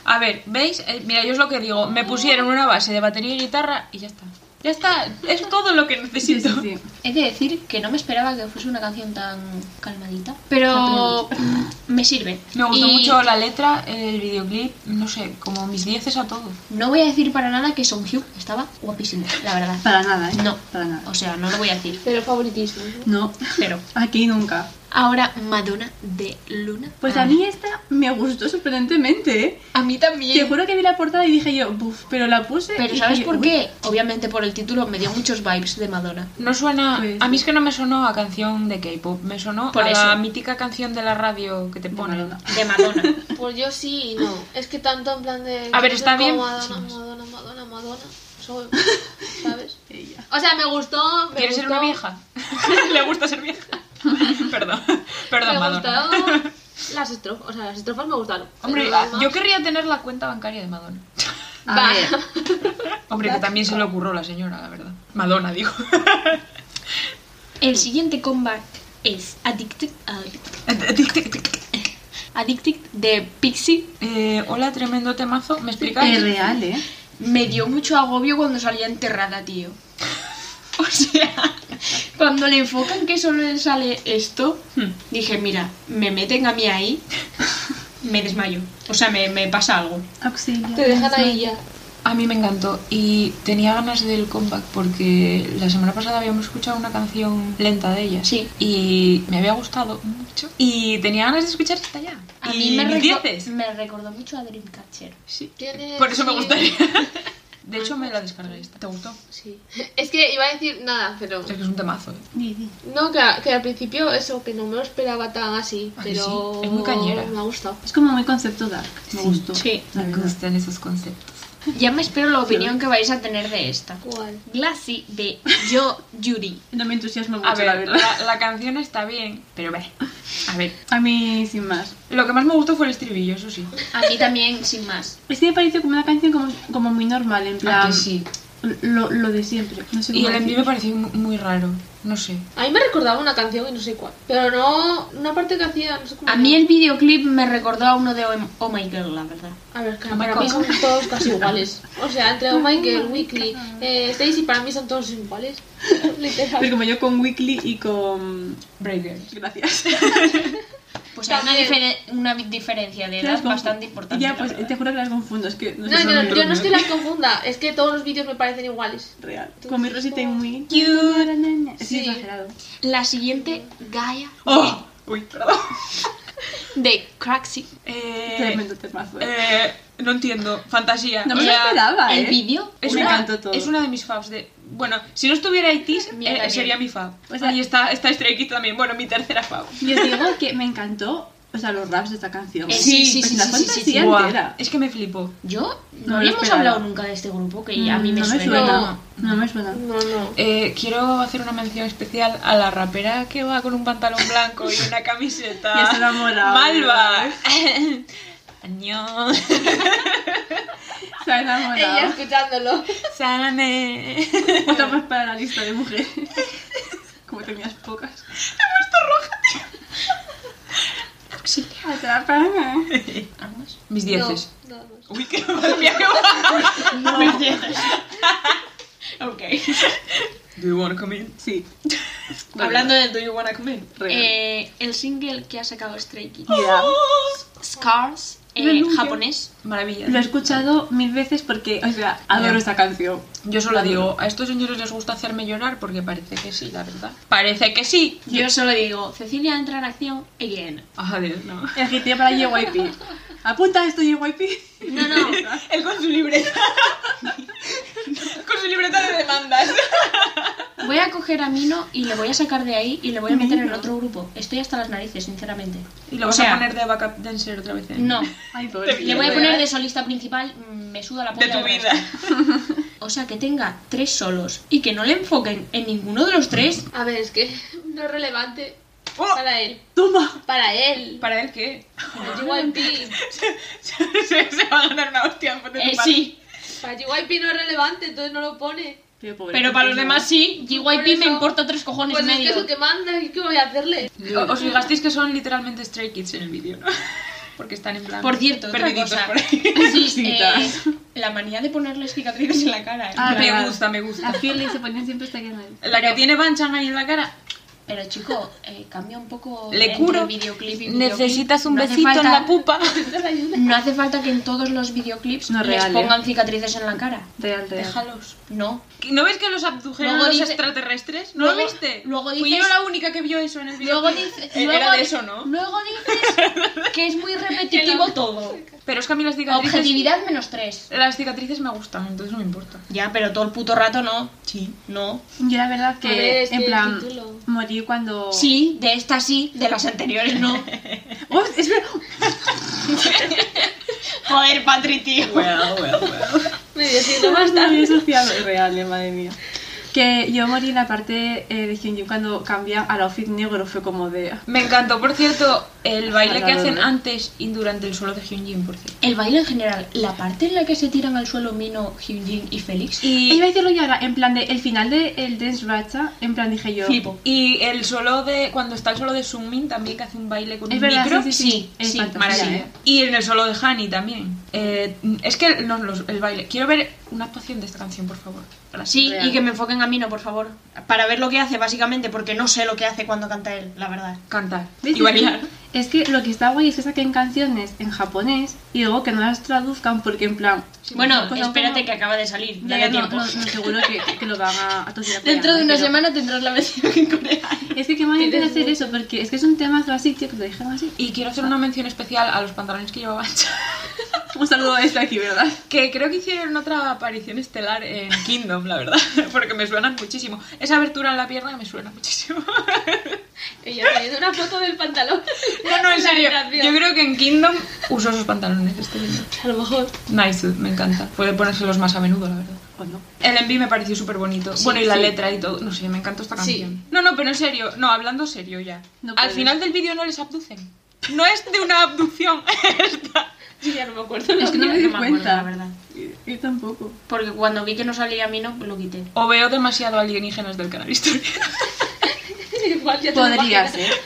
A ver, ¿veis? Eh, mira, yo es lo que digo. Me pusieron una base de batería y guitarra y ya está. Ya está, es todo lo que Sí, necesito. sí, sí. He de decir que no me esperaba que fuese una canción tan calmadita, pero me sirve. Me gustó Y mucho la letra, el videoclip, no sé, como mis dieces a todo. No voy a decir para nada que Son Hyuk estaba guapísimo, la verdad. Para nada, ¿eh? No, Para nada. o sea, no lo voy a decir, Pero favoritismo. ¿no? No, pero. aquí nunca. Ahora Madonna de Luna. Pues Ah. a mí esta me gustó sorprendentemente, ¿eh? A mí Te también. juro que vi la portada y dije yo, buf, pero la puse. y Pero dije ¿sabes yo, por uy, qué? Obviamente por el título me dio muchos vibes de Madonna. No suena. Pues- a mí es que no me sonó a canción de K-pop, me sonó Por a eso. la mítica canción de la radio que te No, ponen. no, no. De Madonna. Pues yo sí y no. Es que tanto en plan de. A ver, está como bien. Madonna, Sí. Madonna, Madonna, Madonna. soy- ¿Sabes? Ella. O sea, me gustó. Me ¿Quieres ser gustó, una vieja? ¿Le gusta ser vieja? Perdón, perdón, Me Madonna. gustaron las estrofas. O sea, las estrofas me gustaron. Hombre, ah, Pero lo demás- yo querría tener la cuenta bancaria de Madonna. A Va. ver, Hombre, que también se le ocurrió la señora, la verdad. Madonna, digo. El siguiente comeback es Addicted, Addicted, Addicted de Pixie. Eh, hola, tremendo temazo. ¿Me es explicáis? real, ¿eh? Me dio mucho agobio cuando salía enterrada, tío. O sea, cuando le enfocan que solo le sale esto, Hmm. dije, mira, me meten a mí ahí, me desmayo. O sea, me, me pasa algo. Auxilio. Te dejan ahí ya. A mí me encantó y tenía ganas del comeback porque la semana pasada habíamos escuchado una canción lenta de ella. Sí. Y me había gustado mucho. Y tenía ganas de escuchar esta ya. A y mí me, mis reco- dieces. me recordó mucho a Dreamcatcher. Sí. Tiene- Por eso me sí. gustaría. De hecho, me la descargué esta. ¿Te gustó? Sí. Es que iba a decir nada, pero. Es que es un temazo. ¿eh? Di, di. No, que, que al principio eso, que no me lo esperaba tan así. ¿A que Pero. sí? Es muy cañera. Me ha gustado. Es como muy concepto dark. Me gustó. Sí. La Me verdad. gustan esos conceptos. Ya me espero la opinión que vais a tener de esta. ¿Cuál? Glassy de Yo Yuri. No me entusiasma mucho, A la ver, verdad. la, la canción está bien, pero ve. A ver. A mí, sin más. Lo que más me gustó fue el estribillo, eso sí. A mí también, sin más. Es que me pareció como una canción como, como muy normal, en A plan. que sí. Lo, lo de siempre. No sé Y cómo el envío decirlo. me pareció mu- muy raro. No sé. A mí me recordaba una canción y no sé cuál. Pero no. Una parte que hacía. No sé cómo A mí el videoclip me recordó a uno de Oh My Girl, la verdad. A ver, que Oh my para mí God. son todos casi iguales. O sea, entre Oh My Girl, Weekly, eh, Stacy, para mí son todos iguales. Pero Literal. como yo con Weekly y con. Breaker. Gracias. Pues hay una, También. difere- una diferencia de Las edad confu- bastante importante. Ya, la pues verdad. te juro que las confundo. Es que no, No, sé yo, si yo no son es que las confunda, es que todos los vídeos me parecen iguales. Real. Con mi Rosita y muy. Cute. Es Sí. exagerado. La siguiente, Gaia ¡Oh! Uy, perdón. de Craxi. Eh, Tremendo temazo. eh. eh, no entiendo. Fantasía. No me O lo sea, esperaba, El ¿eh? vídeo Es Me una, encantó todo. es una de mis faves de... Bueno, si no estuviera ITIS, Mía también. sería mi fav. O sea- y está, está Stray Kids también. Bueno, mi tercera fav. Y os digo que me encantó, o sea, los raps de esta canción. Eh, sí, sí, pues sí, la sí, sí, fantasía sí, sí. Buah, entera. es que me flipo. Yo No no, lo habíamos esperaba. Mm, hablado nunca de este grupo que a mí me no suena. me suena. No. No me suena. No, no. Eh, quiero hacer una mención especial a la rapera que va con un pantalón blanco y una camiseta. Ya se la mola, Malva. ¿verdad? Añón. Se ha enamorado. Ella escuchándolo. Sálame. Estamos pues para la lista de mujeres. Como tenías pocas. Auxilio. Atrápame. ¿Algo más? Mis dieces. No, no, no. Uy, qué madre mía, qué guay. Ok. Do you wanna come in? Sí. Hablando de Do you wanna come in. Real. Eh, el single que ha sacado Stray Kids, Mira, Scars, Lo en anuncio. japonés. Maravilla. Lo he escuchado mil veces porque, o sea, adoro Ya. esta canción. Yo solo digo, a estos señores les gusta hacerme llorar porque parece que sí, la verdad. Parece que sí. Yo solo digo, Cecilia entra en acción again. Joder, no. El GTA para JYP. Apunta esto JYP. No, no. Él con su libreta. con su libreta de demandas. Voy a coger a Mino y le voy a sacar de ahí y le voy a meter en Mino. otro grupo. Estoy hasta las narices, sinceramente. Y lo O vas sea, a poner de backup dancer otra vez. ¿eh? No. Ay, pobre. Te Le pillo voy a de- ¿eh? poner de solista principal, mm, me suda la polla De tu del vida. resto. O sea, que tenga tres solos y que no le enfoquen en ninguno de los tres. A ver, es que no es relevante Oh. para él. Toma. Para él. ¿Para él qué? Para JYP. se, se va a ganar una hostia antes de Eh, su padre. sí, Para JYP no es relevante, entonces no lo pone. pero para los demás sí. Por JYP eso- me importa tres cojones Pues y es que medio. es lo que manda, ¿y ¿qué voy a hacerle? O- Os fijasteis que son literalmente Stray Kids en el vídeo, ¿no? Porque están en plan. Por cierto, otra perdiditos cosa. por ahí. Sí, eh, Cositas. la manía de ponerles cicatrices en la cara. eh. Ah, me real. gusta, me gusta. La Firly se ponían siempre hasta que no. La que tiene Banchan ahí en la cara. Pero chico, eh, cambia un poco Le entre curo. videoclip y videoclip. Necesitas un No hace besito en falta. la pupa. No hace falta que en todos los videoclips No, les real, eh. pongan cicatrices en la cara. Real, real. Déjalos. No. ¿No ves que los abdujeron Luego los dice- extraterrestres? ¿No lo luego- viste? luego Fui dices- yo la única que vio eso en el video. Eh, Luego dices, Era luego, de eso, ¿no? Luego dices que es muy repetitivo todo. Pero es que a mí las cicatrices. Objetividad menos tres. Las cicatrices me gustan, entonces no me importa. Ya, pero todo el puto rato no. Sí. No. Yo la verdad que, A ver, es en que el plan, título. morí Oh. cuando... Sí, de esta sí, de las anteriores no. Oh, es verdad. Joder, Patri, tío. Well, well, well. Medio siglo más Bastante tarde. social, real, eh, madre mía. Que yo morí en la parte eh, de Hyunjin cuando cambia al outfit negro, fue como de... "Ah". Me encantó, por cierto, el baile que Ojalá, hacen ¿verdad? antes y durante el solo de Hyunjin, por cierto. El baile en general, la parte en la que se tiran al suelo Mino, Hyunjin y Félix. Y iba a Y, decirlo yo ahora, en plan de el final de el Dance Racha, en plan dije yo... Flipo. y el solo de. Cuando está el solo de Sunmin, también que hace un baile con Es un verdad, micro. sí, sí, Sí, sí, es sí, fantasía, Maravilla. eh. Y en el solo de Hani también. Eh, es que no, los- el baile. Quiero ver una actuación de esta canción, por favor. Gracias. Sí, Real. y que me enfoquen a Mino, por favor. Para ver lo que hace, básicamente, porque no sé lo que hace cuando canta él, la verdad. Cantar ¿Ves? y bailar. Es que lo que está guay es que saquen canciones en japonés y luego que no las traduzcan porque en plan... bueno, cosa espérate como- que acaba de salir, Ya, dale ya, no, tiempo. no, no, seguro que, que lo van a, a toser a Dentro de coreano, una pero- semana tendrás la versión en coreano. Es que qué mal Tienes hacer mucho. eso, porque es que es un temazo así, tío, que lo dejan así. Y quiero hacer una mención especial a los pantalones que llevaba Ancha. Un saludo a este aquí, ¿verdad? Que creo que hicieron otra aparición estelar en Kingdom, la verdad. Porque me suenan muchísimo. Esa abertura en la pierna me suena muchísimo. Ella poniendo una foto del pantalón. No, no, en La serio. habitación. Yo creo que en Kingdom usó esos pantalones. Estoy viendo. A lo mejor. Nice, dude, me encanta. Puede ponérselos más a menudo, la verdad. O no. El envío me pareció súper bonito. bueno, y la sí. letra y todo. No sé, me encantó esta Sí. canción. No, no, pero en serio. No, hablando serio ya. No Al puedes. final del vídeo no les abducen. No es de una abducción. esta. Yo ya no me acuerdo. Es que no me di acuerdo, cuenta. la verdad. Yo tampoco. Porque cuando vi que no salía Mino, lo quité. O veo demasiado alienígenas del canal historia. Igual ya te lo Podría imaginas. ser.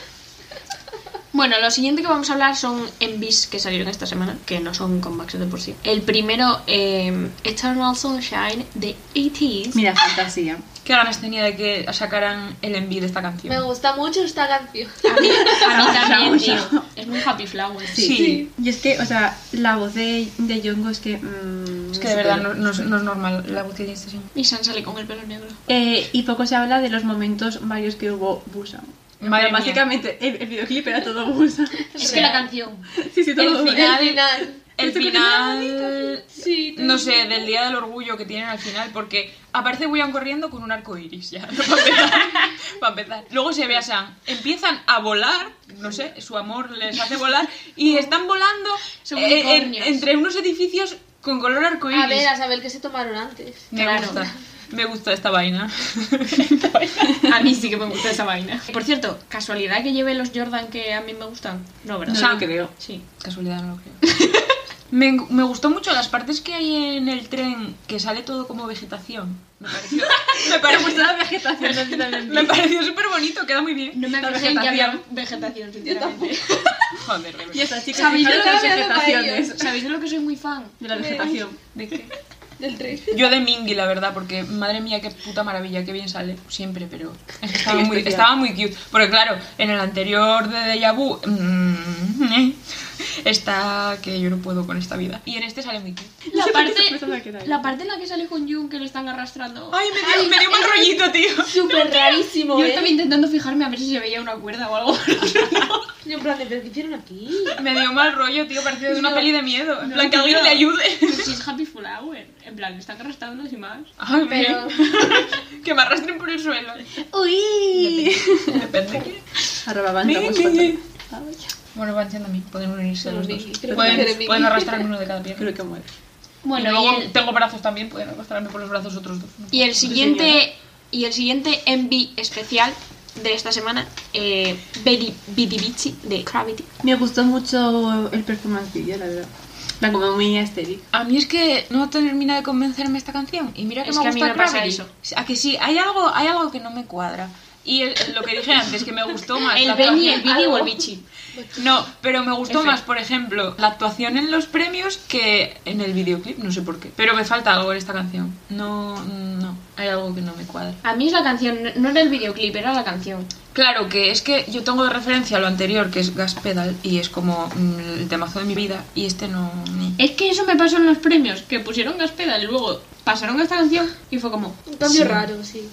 Bueno, lo siguiente que vamos a hablar son envies que salieron esta semana, que no son comebacks de por sí. El primero, eh, Eternal Sunshine de 80s. Mira, fantasía. Qué ganas tenía de que sacaran el envío de esta canción. Me gusta mucho esta canción. A mí, a mí también, Mucho. tío. Es muy happy flower. Sí. Y es que, o sea, la voz de, de Yongo es que. mm, Es que de verdad supera. no, no es, no es normal la voz que tiene este señor. Y San sale con el pelo negro. Eh, y poco se habla de los momentos varios que hubo Busan. Madre Pero mía. básicamente el, el videoclip era todo Busan. Es que la canción. sí, sí, todo El Busan. final. Al final. El Esto que final. Sí, No sé, del día del orgullo que tienen al final, porque aparece William corriendo con un arco iris ya. Para empezar, para empezar. Luego se ve a Sam. Empiezan a volar, no sé, su amor les hace volar y están volando Son eh, en- unicornios. entre unos edificios con color arco A ver, a iris. saber qué se tomaron antes. Me Claro. gusta. Me gusta esta vaina. A mí sí que me gusta esa vaina. Por cierto, casualidad que lleve los Jordan que a mí me gustan. No, ¿verdad? No Sam. lo creo. Sí. Casualidad, no lo creo. Me, me gustó mucho las partes que hay en el tren que sale todo como vegetación. Me pareció, me pareció, la vegetación también, también. me pareció súper bonito, queda muy bien. No me La fijé en que había vegetación. vegetación, sinceramente. Joder, de Y verdad. esta chica ¿Sabéis fijaros de en las qué hablando para vegetaciones. ¿Sabéis de lo que soy muy fan? De la vegetación. ¿De qué? Del 3. Yo de Mingy, la verdad, porque madre mía, qué puta maravilla, qué bien sale siempre, pero es que estaba, Sí, muy, especial. estaba muy cute. Porque claro, en el anterior de Deja Vu mm, eh, está que yo no puedo con esta vida. Y en este sale muy cute. La sé por qué parte, esa persona queda ahí. la parte en la que sale con Jung que lo están arrastrando. Ay, me dio, me dio mal rollito, tío. Súper rarísimo, Yo ¿eh? estaba intentando fijarme a ver si se veía una cuerda o algo. Yo en plan, de, ¿pero qué hicieron aquí? Me dio mal rollo, tío, parecía de una No. peli de miedo. En plan, que No, alguien no. le ayude. Si es Happy Flower. En plan, están arrastrando sin más. Ay, Pero- bien. que me arrastren por el suelo. Uy. Depende que... Arroba Mingy. Banta, pues, pata. Bueno, van siendo a mí, pueden unirse Los los dos. Mingy, creo que Pueden, Mingy. pueden arrastrar uno de cada pierna. Creo que muere. Bueno, y luego y el- tengo brazos también, pueden arrastrarme por los brazos otros dos. Y el siguiente y el siguiente MV especial de esta semana, eh, Beri Bidibichi de Gravity. Me gustó mucho el performance video, la verdad. La como muy estéril. A mí es que no termina de convencerme esta canción. Y mira que Es me que a mí gusta me pasa Gravity. eso. A que sí, hay algo, hay algo que no me cuadra. Y el- lo que dije antes, que me gustó más. la El Benny, el actuación- Bidi o el Bichi. No, pero me gustó F. más, por ejemplo, la actuación en los premios que en el videoclip, no sé por qué. Pero me falta algo en esta canción. No, no, hay algo que no me cuadra. A mí es la canción, no era el videoclip, era la canción. Claro, que es que yo tengo de referencia lo anterior, que es Gas Pedal, y es como mm, el temazo de mi vida, y este no... ni- Es que eso me pasó en los premios, que pusieron Gaspedal y luego pasaron esta canción y fue como, Un cambio Sí. raro, sí.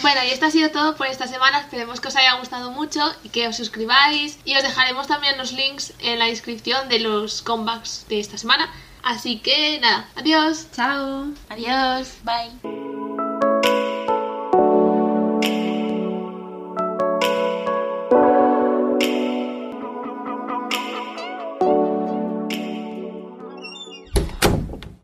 Bueno, y esto ha sido todo por esta semana. Esperemos que os haya gustado mucho y que os suscribáis. Y os dejaremos también los links en la descripción de los comebacks de esta semana. Así que nada, adiós. Chao. adiós, bye.